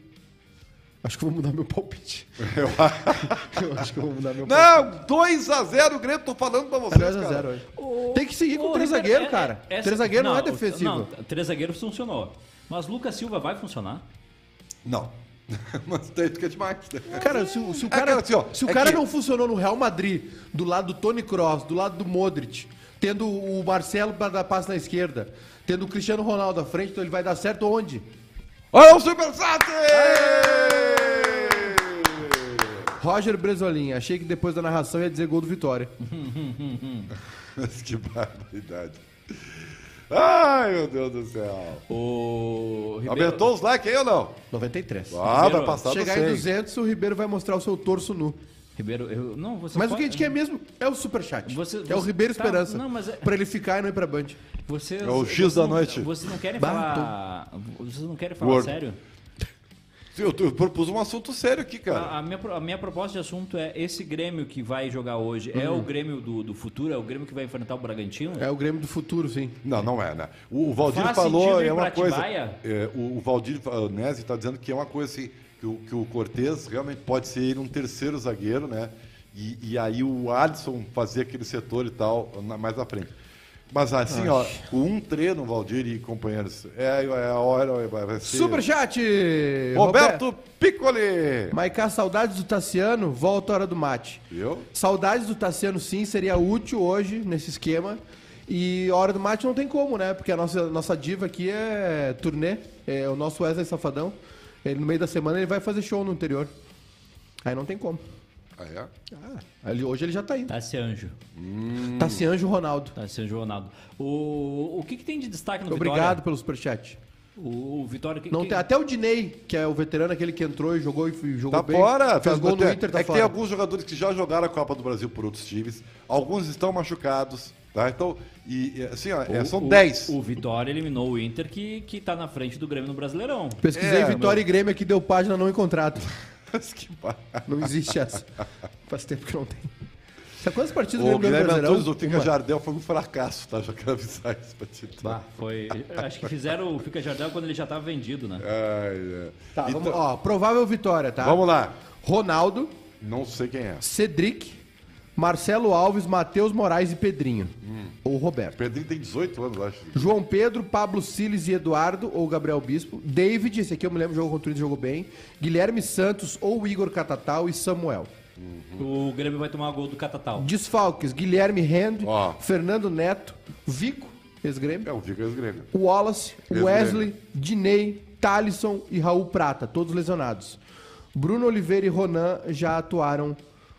B: Acho que eu vou mudar meu palpite. eu acho que eu vou mudar meu palpite.
A: Não, 2x0 Grêmio, tô falando pra vocês,
B: 3x0
A: cara.
B: hoje. Tem que seguir com
D: Ô,
B: três
D: Ribeiro,
B: zagueiros,
D: é-
B: cara.
D: é- essa-
B: Três zagueiros não, é
D: o-
B: defensivo.
D: Não, três zagueiros funcionou. Mas Lucas Silva vai funcionar?
A: Não. Mas tem que é demais. né?
B: Cara, se, o- se o
A: É,
B: cara,
A: cara, assim, ó,
B: se o
A: é
B: cara
A: que-
B: não funcionou no Real Madrid, do lado do Tony Cross, do lado do Modric, tendo o Marcelo para dar passe na esquerda, tendo o Cristiano Ronaldo à frente, então ele vai dar certo onde?
A: Olha o Super Sat!
B: Roger Bresolim, achei que depois da narração ia dizer gol do Vitória.
A: Mas que barbaridade. Ai, meu Deus do céu.
D: O Ribeiro-
A: Aumentou os likes aí ou não?
B: 93.
A: Ah, vai
D: Ribeiro,
A: passar do
B: Chegar
A: 100.
B: em 200, o Ribeiro vai mostrar o seu torso nu.
D: Ribeiro, eu não, você
B: Mas o
D: pode-
B: que a gente quer mesmo é o superchat.
D: Você-
B: é o
D: você-
B: Ribeiro
D: tá,
B: Esperança.
D: não, mas é-
B: Pra ele ficar e não ir pra Band.
D: Vocês,
A: É o X
D: vocês
A: da
D: não-
A: noite.
D: Vocês não querem
B: Bato.
D: falar. Vocês não querem falar
A: Gordo.
D: sério?
A: Eu, eu propus um assunto sério aqui, cara.
D: A, a minha, pro- a minha proposta de assunto é esse Grêmio que vai jogar hoje é o Grêmio do, do futuro, é o Grêmio que vai enfrentar o Bragantino?
B: Uhum. É o Grêmio do futuro, sim.
A: Não, não é, né? O, o Valdir
D: Faz
A: falou,
D: sentido ir
A: é uma
D: pra
A: coisa.
D: Atibaia?
A: é, o, o Valdir uh, Nese está dizendo que é uma coisa assim, que o, que o Cortez realmente pode ser ele um terceiro zagueiro, né? E, e aí o Alisson fazer aquele setor e tal na- mais à frente. Mas assim, ó, o um treino, Valdir e companheiros, é, é a hora, vai, vai ser.
B: Superchat!
A: Roberto Piccoli!
B: Maiká, saudades do Tassiano, volta a hora do mate.
A: Eu?
B: Saudades do Tassiano, sim, seria útil hoje nesse esquema. E a hora do mate não tem como, né? Porque a nossa, nossa diva aqui é turnê, é o nosso Wesley Safadão. Ele, no meio da semana ele vai fazer show no interior. Aí não tem como.
A: Ah, Hum. é?
B: Ah, ele- hoje ele já tá indo.
D: Tá esse anjo.
B: Tassianjo Ronaldo.
D: Tá esse anjo Ronaldo. O, o que, que tem de destaque no
B: Obrigado
D: Vitória?
B: pelo superchat.
D: O, o Vitória que,
B: Não
D: que-
B: tem, até o Dinei, que é o veterano, aquele que entrou e jogou e jogou
A: Tá
B: bem.
A: fora, tá-
B: fez gol no
A: é-
B: Inter, tá
A: é que
B: fora.
A: tem alguns jogadores que já jogaram a Copa do Brasil por outros times, alguns estão machucados, tá? Então, e, e, assim, ó, é,
D: o-
A: são
D: o-
A: 10.
D: O Vitória eliminou o Inter que, que tá na frente do Grêmio no Brasileirão.
B: Pesquisei
A: É,
B: Vitória e Grêmio aqui, deu página não em contrato.
A: Mas que bar-
B: Não existe essa. Faz tempo que não tem. Sabe quantas partidas
A: O Guilherme
B: Brasileirão?
A: Antunes, o Fica
B: Uma.
A: Jardel foi um fracasso, tá? Já quero avisar isso pra ti. tá?
D: Ah, Foi, acho que fizeram o Fica Jardel quando ele já tava vendido, né?
A: Ai, é.
B: Tá,
A: Então,
B: vamos, ó, provável vitória, tá?
A: vamos lá.
B: Ronaldo,
A: Não sei quem é.
B: Cedric, Marcelo Alves, Matheus Moraes e Pedrinho. Ou Roberto.
A: Pedrinho tem 18 anos, acho.
B: João Pedro, Pablo Siles e Eduardo, ou Gabriel Bispo. David, esse aqui eu me lembro, jogou contra o Inter, jogou bem. Guilherme Santos, ou Igor Catatal e Samuel.
D: O Grêmio vai tomar o gol do Catatal.
B: Desfalques, Guilherme Rende,
A: Ó.
B: Fernando Neto, Vico, ex-grêmio.
A: É o Vigas Grêmio.
B: Wallace,
A: Mesmo
B: Wesley, Diney, Talisson e Raul Prata, todos lesionados. Bruno Oliveira e Ronan já atuaram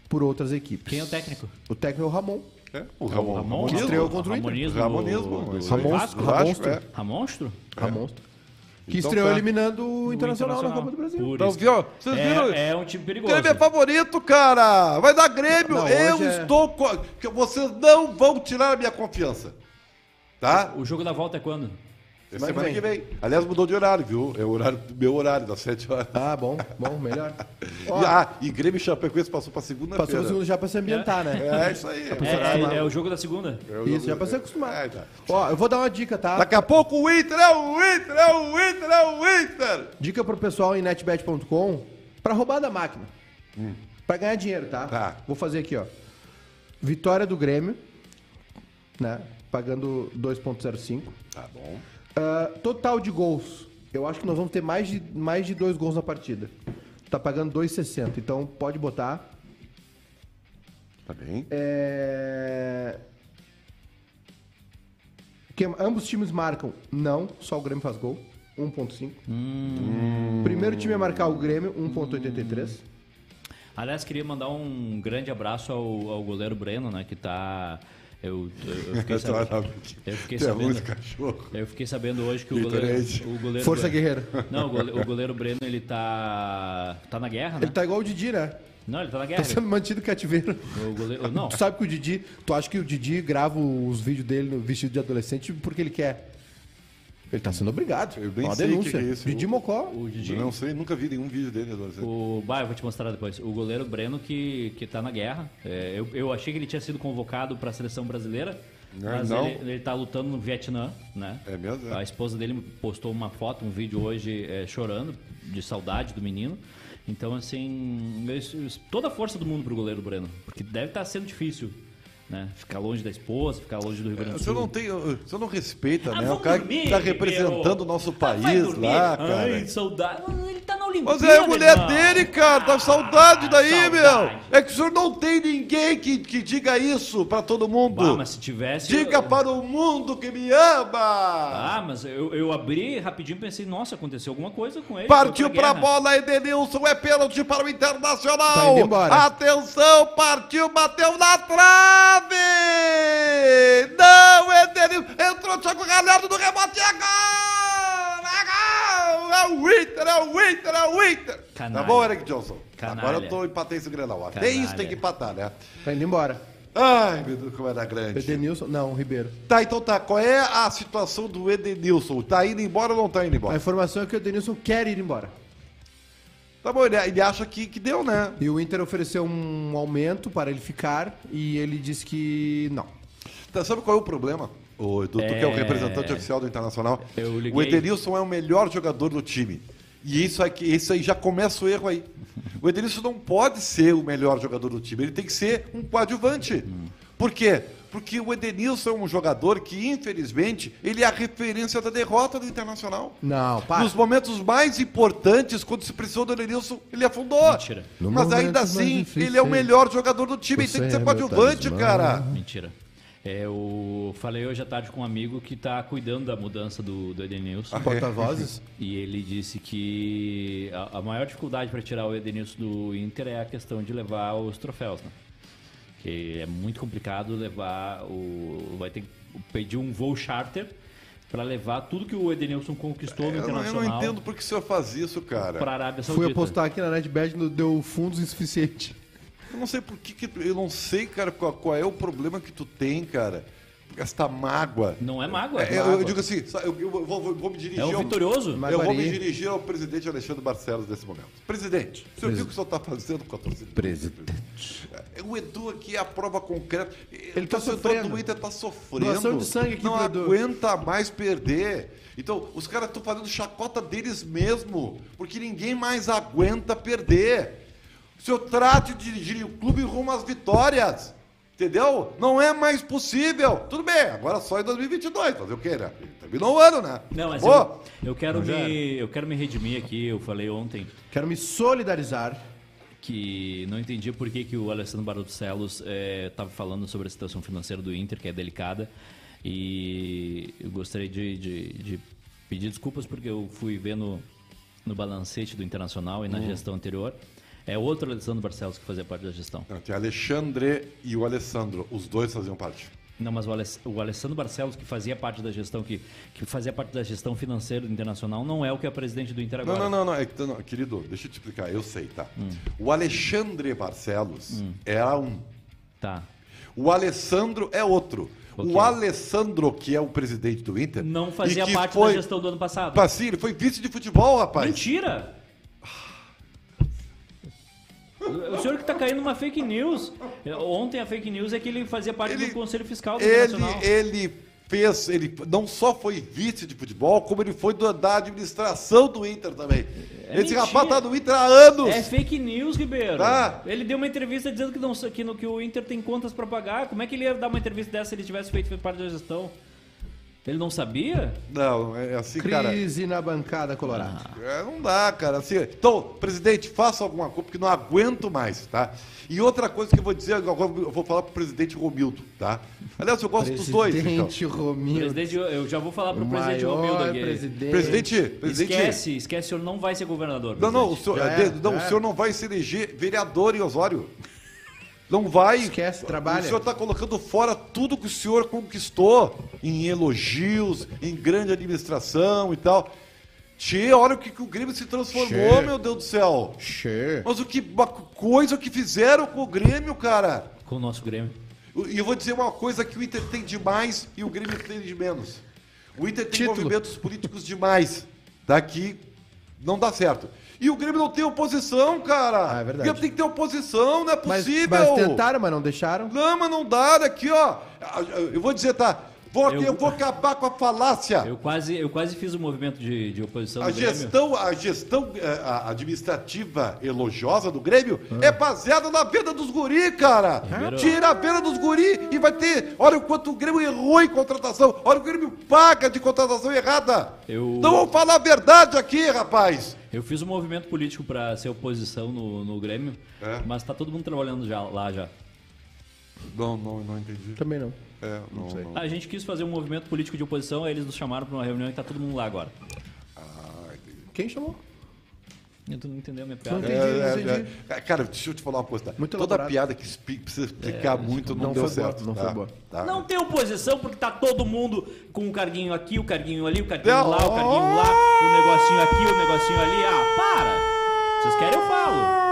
B: por outras equipes.
D: Quem é o técnico?
B: O técnico é o Ramon.
A: É, o Ramon. é
D: Ramon?
A: Ramonismo.
B: estreou contra o Inter.
D: Ramonismo.
A: Ramonismo.
D: do- do-
A: isso aí.
D: do
B: Ramon-
D: Vasco?
A: Vasco,
B: Ramon-
A: é.
D: Ramonstro?
B: Ramon. Que
A: Então
B: estreou
A: tá.
B: eliminando o Internacional,
D: Internacional.
B: na Copa do Brasil.
D: Por
A: Então,
D: isso.
A: viu? Vocês viram?
D: É, é um time perigoso.
A: Grêmio é favorito, cara! Vai dar Grêmio!
B: Não, hoje
A: eu
B: é-
A: estou. Co... que Vocês não vão tirar a minha confiança. Tá?
D: O jogo da volta é quando?
A: É
B: Semana
A: semana que
B: que
A: vem. Aliás, mudou de horário, viu? É o horário do meu horário, das 7 horas.
B: Ah, bom, bom, melhor. Ó,
A: E, ah, e Grêmio e Chapecoense passou pra
B: passou o
A: segunda-feira.
B: segundo já pra se ambientar, né?
A: É isso aí.
D: É, é- é o jogo da segunda.
A: É o
B: Isso,
A: jogo-
B: já pra se
A: É,
B: acostumar.
A: tá.
B: Ó, eu vou dar uma dica, tá?
A: Daqui a pouco o Inter é o Inter, é o Inter, é o Inter!
B: Dica pro pessoal em netbet.com pra roubar da máquina. Pra ganhar dinheiro, tá?
A: Tá.
B: Vou fazer aqui, ó. Vitória do Grêmio, né? Pagando 2.05.
A: Tá bom.
B: Ah, total de gols. Eu acho que nós vamos ter mais de, mais de dois gols na partida. Tá pagando 2,60. Então pode botar.
A: Tá bem.
B: É... Que, ambos times marcam. Não, só o Grêmio faz gol. 1.5. Primeiro time a marcar o Grêmio, 1.83.
D: Aliás, queria mandar um grande abraço ao, ao goleiro Breno, né? Que tá. Eu, eu, eu fiquei
A: Tá
D: sabendo. Eu fiquei
A: Tem a
D: sabendo.
A: música, cachorro.
D: Eu fiquei sabendo hoje que o goleiro,
A: Literalmente.
D: o goleiro.
B: Força guerreira.
D: Não, o goleiro, o goleiro Breno, ele tá. tá na guerra, né?
B: Ele tá igual o Didi, né?
D: Não, ele tá na guerra.
B: Tá sendo mantido em cativeiro.
D: O goleiro, não,
B: Tu sabe que o Didi, tu acha que o Didi grava os vídeos dele no vestido de adolescente porque ele quer. Ele tá sendo obrigado.
A: Eu nem
B: uma
A: sei o que
B: denúncia.
A: que é isso.
B: Didi Mocó.
D: O Didi.
A: Não sei, nunca vi nenhum vídeo dele. adolescente.
D: O, bah, eu vou te mostrar depois. O goleiro Breno que, que tá na guerra. É, eu, eu achei que ele tinha sido convocado pra seleção brasileira.
A: Não,
D: mas
A: não.
D: Ele, ele tá lutando no Vietnã, né?
A: É mesmo?
D: A esposa dele postou uma foto, um vídeo hoje é, chorando de saudade do menino. Então, assim, eu- eu- toda a força do mundo pro goleiro Breno. Porque deve estar sendo difícil, né? Ficar longe da esposa, ficar longe do Rio Grande do
A: O senhor
D: Sul.
A: não tem. O senhor não respeita,
D: Ah,
A: né? O
D: vamos
A: cara
D: dormir,
A: que tá representando
D: Ribeiro.
A: o nosso
D: Ah, vai
A: país
D: dormir.
A: lá, cara.
D: Ai, saudade. Não, Ele tá na Olimpíada.
A: Mas é a mulher
D: irmão.
A: dele, cara, tá saudade daí,
D: saudade.
A: meu! É que o senhor não tem ninguém que, que diga isso pra todo mundo!
D: Bah, mas se tivesse.
A: Diga
D: eu-
A: para o mundo que me ama!
D: Ah, mas eu, eu abri rapidinho e pensei, nossa, aconteceu alguma coisa com ele.
A: Partiu
D: foi
A: pra
D: é guerra.
A: bola, Edenilson, é pênalti para o
B: Tá
A: Internacional!
B: indo embora.
A: Atenção, partiu, bateu na trave! Não, Edenilson, entrou o Thiago Galhardo do rebote, é gol! É gol! É o Inter, é o Inter, é o Inter!
D: Canalha.
A: Tá bom, Eric Johnson?
D: Canalha.
A: Agora eu tô empatei esse Grenal. Até
D: Canalha.
A: isso tem que empatar, né?
B: Tá indo embora.
A: Ai, meu Deus, como era grande.
B: Edenilson. Não, Ribeiro.
A: Tá, então tá. Qual é a situação do Edenilson? Tá indo embora ou não tá indo
B: A
A: embora?
B: informação é que o Edenilson quer ir embora.
A: Tá bom, ele, ele acha que, que deu, né?
B: E o Inter ofereceu um aumento para ele ficar e ele disse que não.
A: Tá, sabe qual é o problema? O Edu, tu que é o
D: É.
A: representante oficial do Internacional.
D: Eu liguei.
A: O Edenilson é o melhor jogador do time. E isso aqui, isso aí já começa o erro aí. O Edenilson não pode ser o melhor jogador do time, ele tem que ser um coadjuvante. Por quê? Porque o Edenilson é um jogador que, infelizmente, ele é a referência da derrota do Internacional.
B: Não, para.
A: Nos momentos mais importantes, quando se precisou do Edenilson, ele afundou.
D: Mentira.
B: No
A: Mas ainda
B: momento mais
A: assim,
B: difícil,
A: ele é o
B: hein?
A: melhor jogador do time. Ele
B: Você
A: tem que
B: é
A: ser
B: meu
A: coadjuvante,
B: talismã.
A: cara.
D: Mentira. É, eu falei hoje à tarde com um amigo que tá cuidando da mudança do, do
A: Ah,
D: Edenilson.
A: é.
B: Porta-vozes?
D: E ele disse que a, a maior dificuldade para tirar o Edenilson do Inter é a questão de levar os troféus, né? Que é muito complicado levar o. Vai ter que pedir um voo charter para levar tudo que o Edenilson conquistou no
A: É, Eu não, eu não
D: Internacional
A: entendo por que o senhor faz isso, cara.
D: para a Arábia Saudita.
B: Fui apostar aqui na NetBet, não deu fundos insuficiente.
A: Eu não sei por que, que- Eu não sei, cara, qual, qual é o problema que tu tem, cara. Esta mágoa.
D: Não é mágoa.
A: É,
D: é
A: eu- eu,
D: mágoa.
A: digo assim, sa- eu, eu vou, vou- vou me dirigir
D: É um
A: ao.
D: vitorioso.
B: Mas-
A: Eu vou me
B: Maguari.
A: dirigir ao presidente Alexandre Barcelos nesse momento. Presidente, o senhor viu o que o senhor está fazendo com a torcida? Presidente. O Edu aqui é a prova concreta.
B: Ele tá
A: o torcedor
B: sofrendo.
A: do Inter está sofrendo.
B: Doação de sangue aqui
A: Não
B: pro Edu.
A: aguenta mais perder. Então, os caras estão fazendo chacota deles mesmo, porque ninguém mais aguenta perder. O senhor trate de dirigir o clube rumo às vitórias. Entendeu? Não é mais possível. Tudo bem, agora só em 2022. Fazer o quê, né? Terminou o ano, né?
D: Não, mas
A: Acabou.
D: eu, eu quero me, eu quero me redimir aqui. Eu falei ontem
B: Quero me solidarizar.
D: que não entendi por que, que o Alessandro Barcelos estava falando sobre a situação financeira do Inter, que é delicada. E eu gostaria de, de- de pedir desculpas porque eu fui ver no, no balancete do Internacional e na gestão anterior. É outro Alessandro Barcelos que fazia parte da gestão.
A: Não, tem Alexandre e o Alessandro. Os dois faziam parte.
D: Não, mas o, Aless- o Alessandro Barcelos, que fazia parte da gestão, que, que fazia parte da gestão financeira do Internacional, não é o que é presidente do Inter
A: Não, não,
D: agora.
A: não, não, é que- não, Querido, deixa eu te explicar. Eu sei, tá? O Alexandre Barcelos era um.
D: Tá.
A: O Alessandro é outro.
D: Ok.
A: O Alessandro, que é o presidente do Inter.
D: Não
A: e
D: fazia
A: que
D: parte
A: foi-
D: da gestão do ano passado.
A: Assim, ele foi vice de futebol, rapaz.
D: Mentira! O senhor que tá caindo uma fake news. Ontem a fake news é que ele fazia parte
A: Ele-
D: do Conselho Fiscal do
A: Ele,
D: Internacional.
A: ele fez, ele não só foi vice de futebol, como ele foi do, da administração do Inter também.
D: É
A: Esse
D: mentira.
A: rapaz tá no Inter há anos.
D: É fake news, Ribeiro.
A: Tá.
D: Ele deu uma entrevista dizendo que, não, que, no- que o Inter tem contas pra pagar. Como é que ele ia dar uma entrevista dessa se ele tivesse feito parte da gestão? Ele não sabia?
A: Não, é assim, cara.
B: Crise na bancada colorada.
A: É, não dá, cara. Assim, então, presidente, faça alguma coisa, porque não aguento mais, tá? E outra coisa que eu vou dizer, agora eu vou falar pro presidente Romildo, tá? Aliás, eu gosto
D: Ah,
A: dos dois. Então.
B: Presidente Romildo.
D: Presidente, eu- eu já vou falar pro
B: o
D: presidente
B: maior
D: Romildo aqui.
B: presidente.
A: Presidente, presidente.
D: Esquece, esquece, o senhor não vai ser governador.
A: Não, não, o
D: presidente.
A: senhor, é,
B: Já
A: de-
B: era,
A: não,
B: já é.
A: o
B: era.
A: senhor não vai se eleger vereador em Osório. Não vai.
B: Esquece, trabalha.
A: O senhor está colocando fora tudo que o senhor conquistou em elogios, em grande administração e tal. Tchê, olha o que, que o Grêmio se transformou,
B: Tchê.
A: meu Deus do céu.
B: Che.
A: Mas o que ba- coisa que fizeram com o Grêmio, cara.
D: Com o nosso Grêmio.
A: E eu vou dizer uma coisa que o Inter tem de mais e o Grêmio tem de menos. O Inter tem
B: Título.
A: movimentos políticos demais. Daqui não dá certo. E o Grêmio não tem oposição, cara.
B: Ah, é verdade.
A: O Grêmio tem que ter oposição, não é
B: Mas,
A: possível.
B: mas tentaram, mas não deixaram.
A: Lama não dá, daqui, ó. Eu vou dizer, tá? Vou, aqui,
D: Eu-
A: eu... vou acabar com a falácia.
D: Eu quase, eu quase fiz o movimento de, de oposição
A: A
D: do Grêmio.
A: gestão, a gestão eh, a administrativa elogiosa do Grêmio é baseada na venda dos guri, cara.
D: Ribeiro.
A: Tira a venda dos guri e vai ter. Olha o quanto o Grêmio errou em contratação. Olha o Grêmio paga de contratação errada.
D: Eu-
A: Não vamos falar a verdade aqui, rapaz.
D: Eu fiz um movimento político pra ser oposição no, no Grêmio,
A: É.
D: mas tá todo mundo trabalhando já, lá já.
A: Não, não, não entendi.
B: Também não.
A: É, não, não.
D: A gente quis fazer um movimento político de oposição, aí eles nos chamaram pra uma reunião e tá todo mundo lá agora.
A: Ah, entendi.
B: Quem chamou?
D: E Tu não entendeu a minha
B: Não
D: piada?
B: entendi, não
A: É,
B: entendi.
A: é, é. Cara, deixa eu te falar uma coisa. Tá?
B: Muito
A: Toda
B: elaborado.
A: piada que expli- precisa explicar muito não,
B: não
A: deu
B: foi boa,
A: certo.
B: não
A: tá?
B: foi boa.
A: Tá?
D: Não tem oposição, porque tá todo mundo com o carguinho aqui, o carguinho ali, o carguinho
A: Não.
D: lá, o carguinho lá, o negocinho aqui, o negocinho ali. Ah, para! Vocês querem, eu falo.
A: Ah,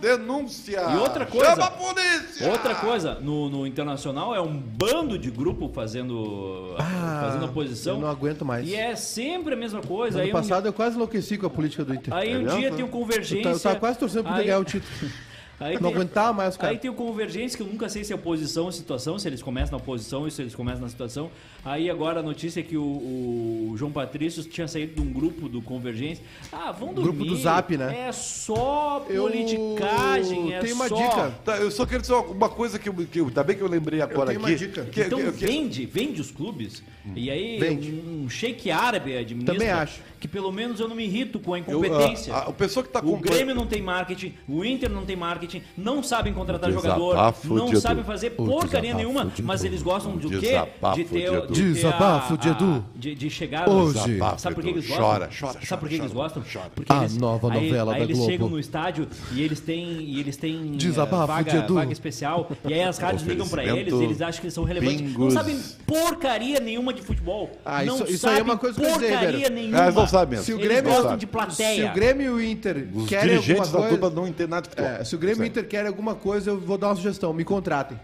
A: Denúncia!
D: E outra coisa-
A: Chama a polícia!
D: Outra coisa, no, no Internacional é um bando de grupo fazendo, fazendo oposição.
B: Ah, eu não aguento mais.
D: E é sempre a mesma coisa.
B: Ano
D: aí um-
B: passado eu quase enlouqueci com a política do Inter.
D: Aí um
A: Aliança,
D: dia
A: né?
D: tem o
B: eu,
D: Convergência.
B: tava, eu tava quase torcendo pra
D: aí-
B: ele ganhar o título.
D: Aí
B: Não
D: tem-
B: aguentava mais, cara.
D: Aí tem o Convergência, que eu nunca sei se é oposição ou situação, se eles começam na oposição e se eles começam na situação. Aí agora a notícia é que o, o João Patrício tinha saído de um grupo do Convergência. Ah, vão dormir.
B: Grupo do Zap, né?
D: É só
B: Eu-
D: politicagem, é
B: tenho uma
D: só...
B: dica.
A: Tá, eu só quero dizer uma coisa que, eu- que eu- ainda bem que eu lembrei agora
B: tenho uma
A: aqui.
B: dica.
A: Que, é,
D: então
A: que- que- Hum.
D: vende, vende os clubes. E aí
B: Vende.
D: um shake árabe administra.
B: Também acho.
D: Que pelo menos eu não me irrito com a
A: é, eu,
D: incompetência.
A: a, a, a pessoa que tá
D: O
A: com
D: Grêmio não tem marketing, o Inter não tem marketing, não sabem contratar
A: Desabafo
D: jogador, não
A: de
D: sabem
A: Edu.
D: fazer
A: O
D: porcaria
A: desabafo
D: nenhuma,
A: de
D: mas
A: Edu.
D: eles gostam
A: O
D: de o quê?
A: Ah, desabafo
D: De ter,
A: de Edu.
D: de ter
B: Desabafo de
D: a-
B: Edu.
D: de, de chegar
B: Hoje.
A: Desabafo,
D: Sabe por que
A: Edu.
D: eles gostam?
A: Chora, chora,
D: Sabe
A: chora,
D: por que eles
A: chora,
D: gostam?
A: chora.
D: Porque
B: A nova
D: aí-
B: novela
D: aí
B: da
D: eles
B: Globo.
D: chegam no estádio e eles têm e eles têm eh,
B: Desabafo
D: vaga,
B: de Edu.
D: vaga especial e aí as rádios ligam pra eles,
A: Oferecimento
D: eles acham que eles são relevantes, não
A: Bingos.
D: sabem porcaria nenhuma de futebol.
B: Ah,
D: não
B: isso- isso aí é uma coisa que eu ia dizer,
D: porcaria
B: Ribeiro.
D: nenhuma.
A: Ah, eles não sabem mesmo.
B: Se o
D: Eles
B: Grêmio-
D: gostam de
B: Se
D: plateia.
B: o Grêmio e o Inter
A: Os
B: querem alguma
A: dirigentes da
B: coisa...
A: turma não entendem nada de futebol.
B: É, se o Grêmio e o Inter querem alguma coisa, eu vou dar uma sugestão. Me contratem.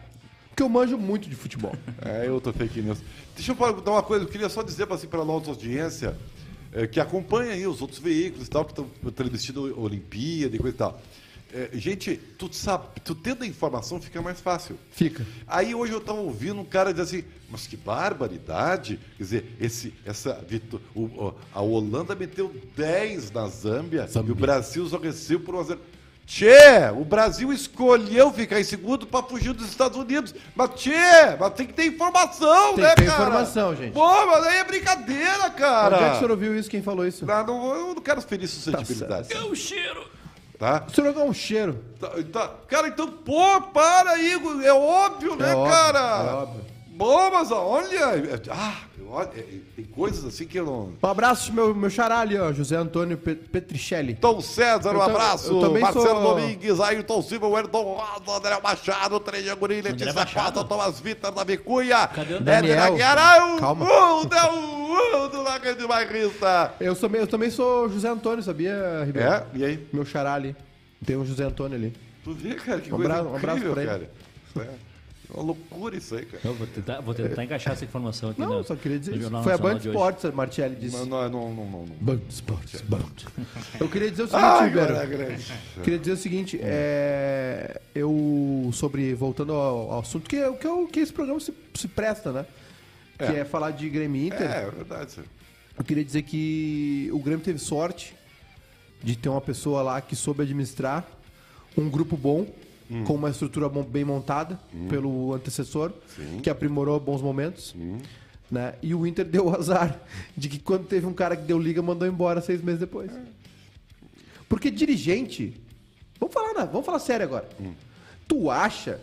B: Porque eu manjo muito de futebol.
A: É, eu tô fake news. Deixa eu perguntar uma coisa, eu queria só dizer pra assim, para nossa audiência, é, que acompanha aí os outros veículos e tal, que estão transmitindo Olimpíada e coisa e tal. É, gente, tu, sabe, tu tendo a informação fica mais fácil.
B: Fica.
A: Aí hoje eu tava ouvindo um cara dizer assim, mas que barbaridade. Quer dizer, esse, essa, vitu- o- o- a Holanda meteu 10 na Zâmbia e o Brasil só recebeu por 1 a 0. Tchê, o Brasil escolheu ficar em segundo para fugir dos Estados Unidos. Mas tchê, mas tem que ter informação,
B: Tem
A: né,
B: que ter
A: cara?
B: informação, gente.
A: Pô, mas aí é brincadeira, cara.
B: Onde é que o senhor Tá ouviu isso? Quem falou isso?
A: Não, não, eu não quero ferir suscetibilidade,
D: É o cheiro.
A: tá?
B: O senhor não é um cheiro.
A: Tá, tá. Cara, então, pô, para aí, é óbvio, né,
B: óbvio,
A: cara?
B: é óbvio.
A: Bom, mas olha, é- ah, eu olho- é- é- tem coisas assim que eu não.
B: Um abraço, meu, meu xará ali, ó. José Antônio Pe- Petrichelli.
A: Tom César, um
B: Eu tam-
A: abraço.
B: eu também
A: Marcelo
B: sou-
A: Domingues, Ailton Silva, Wellington Rosa, André Machado, Treja Guri, Letícia
D: Machado?
A: Costa, Thomas Vitor da Vicunha,
D: Cadê o
B: Daniel?
A: Aguiar,
B: Calma.
A: é o Delmundo da Grande é Bairrista.
B: Eu, sou, meio- eu também sou José Antônio, sabia, Ribeiro?
A: É, e aí?
B: Meu xará ali. Tem um José Antônio ali.
A: Tu vê, cara, que
B: Um
A: coisa
B: abraço- um abraço
A: incrível,
B: pra ele. É
A: cara. É é uma loucura isso aí, cara.
D: Eu vou tentar, vou tentar encaixar essa informação aqui.
B: Não,
D: na-
B: só queria
D: no
B: dizer isso.
D: Jornal
B: Foi a
D: Nacional
B: Band
D: de hoje.
B: Sports, a Martelli
A: Não,
B: disse.
A: não, não, não, não.
B: Band Sports, Band. Eu queria dizer o seguinte,
A: Ai,
B: Ribeiro.
A: cara, é grande.
B: Queria dizer o seguinte, é, eu sobre voltando ao, ao assunto que é o que, é o que esse programa se, se presta, né? Que é falar de Grêmio e Inter.
A: É, é verdade. senhor.
B: Eu queria dizer que o Grêmio teve sorte de ter uma pessoa lá que soube administrar um grupo bom,
A: Hum.
B: com uma estrutura bom- bem montada pelo antecessor, que aprimorou bons momentos.
A: Hum.
B: Né? E o Inter deu o azar de que quando teve um cara que deu liga, mandou embora seis meses depois. Porque dirigente. Vamos falar, na- vamos falar sério agora. Tu acha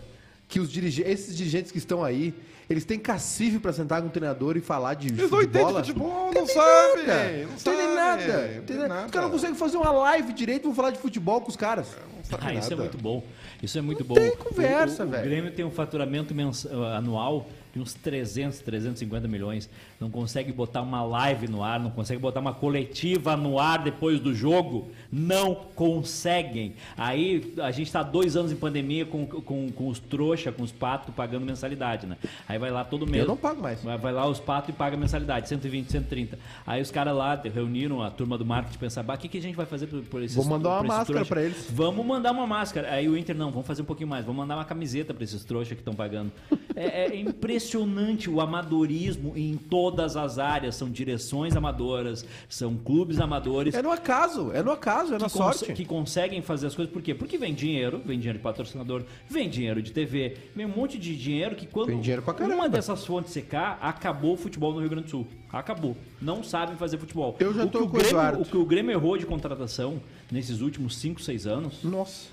B: que os dirige- esses dirigentes que estão aí, eles têm cacife pra sentar com o treinador e falar de
A: Eles não entendem futebol, não
B: Entendem
A: sabem, não
B: nada. Entendem
A: sabem,
B: nada.
A: não
B: Entendem
A: tem
B: nada.
A: nada.
B: Os caras não conseguem fazer uma live direito, vão falar de futebol com os caras.
A: Não sabe
D: Ah, isso é
A: nada.
D: muito bom. Isso é muito bom.
B: tem conversa,
D: O- o-
B: velho.
D: O Grêmio tem um faturamento mens- ah, anual de uns 300, 350 milhões. Não consegue botar uma live no ar, não consegue botar uma coletiva no ar depois do jogo. Não conseguem. Aí a gente está dois anos em pandemia com, com, com os trouxa, com os patos pagando mensalidade, né? Aí vai lá todo mês.
B: não pago mais.
D: Vai, vai lá os patos e paga mensalidade, 120, 130. Aí os caras lá te- reuniram a turma do marketing pensar, "Bah, o que, que a gente vai fazer por, por esses
B: Vou mandar uma
D: por esses
B: máscara
D: trouxa?"
B: pra eles.
D: Vamos mandar uma máscara. Aí o Inter, não, vamos fazer um pouquinho mais. Vamos mandar uma camiseta pra esses trouxas que estão pagando. É, é impressionante o amadorismo em todas as áreas. São direções amadoras, são clubes amadores.
B: É no acaso, é no acaso, é na
D: que cons-
B: sorte.
D: que conseguem fazer as coisas, por quê? Porque vem dinheiro, vem dinheiro de patrocinador, vem dinheiro de TV, vem um monte de dinheiro que quando
B: Vem dinheiro pra caramba.
D: uma dessas fontes secar, acabou o futebol no Rio Grande do Sul. Acabou. Não sabem fazer futebol.
B: Eu já
D: o
B: tô
D: que o
B: com o
D: Grêmio,
B: Eduardo.
D: O que o Grêmio errou de contratação nesses últimos 5, 6 anos,
B: Nossa.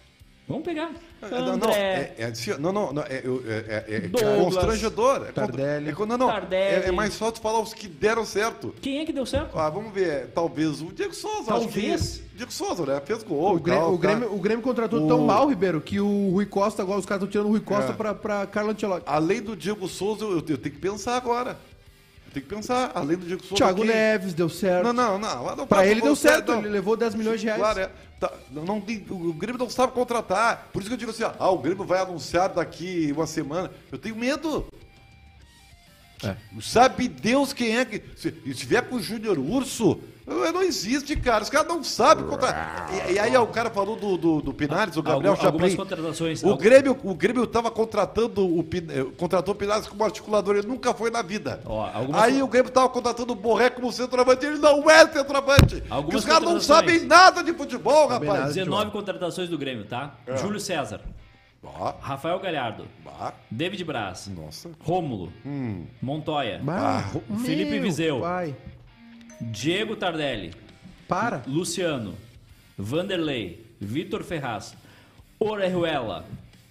D: vamos pegar.
A: Não, não, é,
D: André,
A: é assim, não, não, não, é, eu- é- é- é
D: Douglas,
A: constrangedor. É,
B: Tardelli.
A: é, não, não,
D: Tardelli.
A: é, é mais fácil falar os que deram certo.
D: quem é que deu certo?
A: Ah, vamos ver, talvez o Diego Souza.
D: Talvez.
A: Acho que, Diego Souza, né? Fez gol.
B: O
A: e
B: Grêmio,
A: tal,
B: o Grêmio-
A: tá.
B: o Grêmio contratou
A: O-
B: tão mal, Ribeiro, que o Rui Costa, agora os caras estão tirando o Rui Costa
A: É. Ah,
B: pra, pra Carlo Ancelotti.
A: Além do Diego Souza, eu, eu tenho que pensar agora. Eu tenho que pensar. Além do Diego Souza.
B: Thiago
A: quem-
B: Neves deu certo.
A: Não, não, não. lá não
B: Pra
A: passa
B: ele
A: por
B: deu
A: você,
B: certo,
A: não.
B: ele levou 10 milhões de reais.
A: Claro, é. Tá, não, não tem- o o Grêmio não sabe contratar. Por isso que eu digo assim, ó, ah, o Grêmio vai anunciar daqui uma semana. Eu tenho medo.
D: É.
A: Sabe Deus quem é que. Se, se tiver com o Júnior Urso, eu- não existe, cara. Os caras não sabem contratar. E, e aí ó, o cara falou do, do, do Pinares, o Gabriel
D: Algum- algumas
A: Chapin.
D: contratações.
A: O
D: Al-
A: Grêmio, o Grêmio tava contratando o Pin- eh, contratou o Pinares como articulador, ele nunca foi na vida.
D: Ó, algumas-
A: Aí o Grêmio tava contratando o Borré como centroavante, ele não é centroavante.
D: Algumas
A: Porque os caras não
D: contratações.
A: sabem nada de futebol,
B: Sabem
A: rapaz.
B: nada.
D: 19 contratações do Grêmio, tá?
A: É.
D: Júlio César,
A: Ó,
D: Rafael Galhardo,
A: bah,
D: David Braz,
A: nossa. Hum.
D: Rômulo, Montoya,
B: Bah,
A: Ah,
B: meu
D: Felipe Viseu.
B: Pai,
D: Diego Tardelli,
B: para.
D: Luciano, Vanderlei, Vitor Ferraz, Orejuela,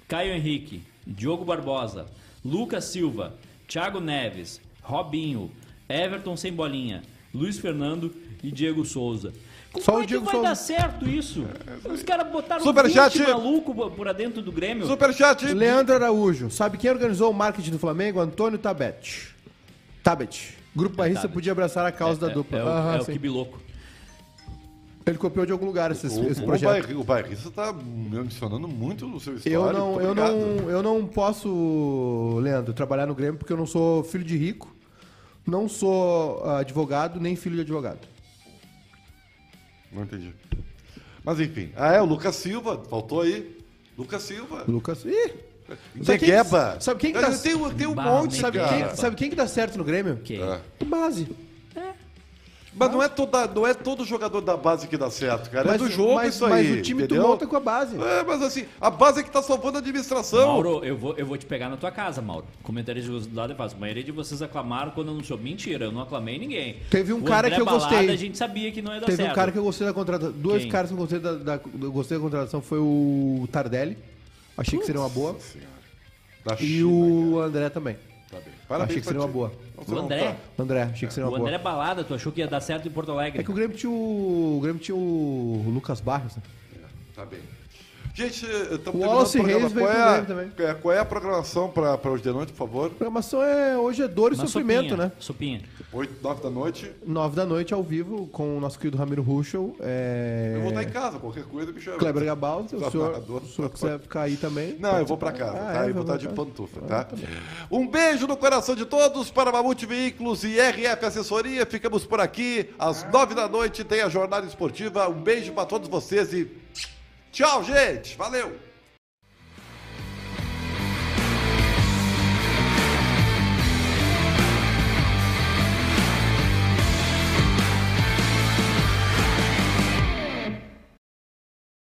D: Caio Henrique, Diogo Barbosa, Lucas Silva, Thiago Neves, Robinho, Everton Sem Bolinha, Luiz Fernando e Diego Souza. Como
B: Só
D: é
B: o Diego
D: que vai
B: Souza.
D: dar certo isso? Os caras botaram
A: Superchat.
D: 20 maluco por- por dentro do Grêmio.
A: Superchat.
B: Leandro Araújo, sabe quem organizou o marketing do Flamengo? Antônio Tabet. Tabet. Grupo Barrista
D: É Tabet.
B: podia abraçar a causa
D: É-
B: da dupla.
D: É, o-
B: Aham,
D: é o
B: sim.
D: Kibiloco.
B: Ele copiou de algum lugar esses-
A: O,
B: esse
A: o,
B: projeto.
A: bairri- o bairrista tá mencionando muito o seu histórico.
B: Eu não,
A: tô
B: eu,
A: ligado.
B: não, eu não posso, Leandro, trabalhar no Grêmio porque eu não sou filho de rico, não sou ah, advogado, nem filho de advogado.
A: Não entendi. Mas enfim. Ah, é, o Lucas Silva, faltou aí. Lucas Silva.
B: Lucas. Ih!
A: Negueba.
B: Sabe quem que tá-
A: Tem, um- tem um
D: Bah,
A: monte,
B: Sabe,
A: cara.
B: quem, sabe quem que dá certo no Grêmio?
D: Quem?
A: É.
B: Base.
A: Mas não é, toda, não é todo jogador da base que dá certo, cara. é do jogo
B: mas,
A: isso aí.
B: Mas o time
A: entendeu?
B: tu monta com a base.
A: É, mas assim, a base é que tá salvando a administração.
D: Mauro, eu vou, eu vou te pegar na tua casa, Mauro. Comentários do lado e fácil. A maioria de vocês aclamaram quando anunciou. Mentira, eu não aclamei ninguém.
B: Teve um
D: O
B: cara
D: André
B: que eu
D: Balada,
B: gostei.
D: A gente sabia que não ia dar
B: Teve
D: Tá certo.
B: um cara que eu gostei da contratação. Dois
D: Quem?
B: caras que eu gostei da, da- eu gostei da contratação foi o Tardelli. Achei que seria uma boa.
A: Da
B: E
A: China,
B: o André também.
A: cara. Tá bem. Parabéns
B: Achei que
A: pra
B: seria uma
A: ti.
B: boa.
A: Não, você
D: O
A: não
D: André,
A: tá.
B: André, achei que seria
D: Ah, o
B: uma boa.
D: André Balada, tu achou que ia dar certo em Porto Alegre.
B: É que o Grêmio tinha o, o, Grêmio tinha o Lucas Barros. né?
A: Tá bem. Gente, eh, estamos
B: Wallace Reis
A: Qual,
B: veio
A: é a-
B: pro Grêmio
A: é, qual é a programação para hoje de noite, por favor?
B: A programação é hoje é dor e
D: Uma
B: sofrimento,
D: sopinha,
B: né?
D: Sopinha.
A: 8, 9 da noite.
B: 9 da noite ao vivo com o nosso querido Ramiro Ruschel. É...
A: Eu vou estar em casa, qualquer coisa é- me chama.
B: Kleber Gabaldi, o senhor,
A: Desabafador.
B: o senhor quiser ficar aí também.
A: Não, eu vou pra casa,
B: Ah,
A: tá?
B: é,
A: eu vou
B: vai
A: estar de
B: pra casa.
A: pantufa, tá? Um beijo no coração de todos para Mamute Veículos e RF Assessoria. Ficamos por aqui. Às nove da noite tem a Jornada Esportiva. Um beijo pra todos vocês e tchau, gente. Valeu!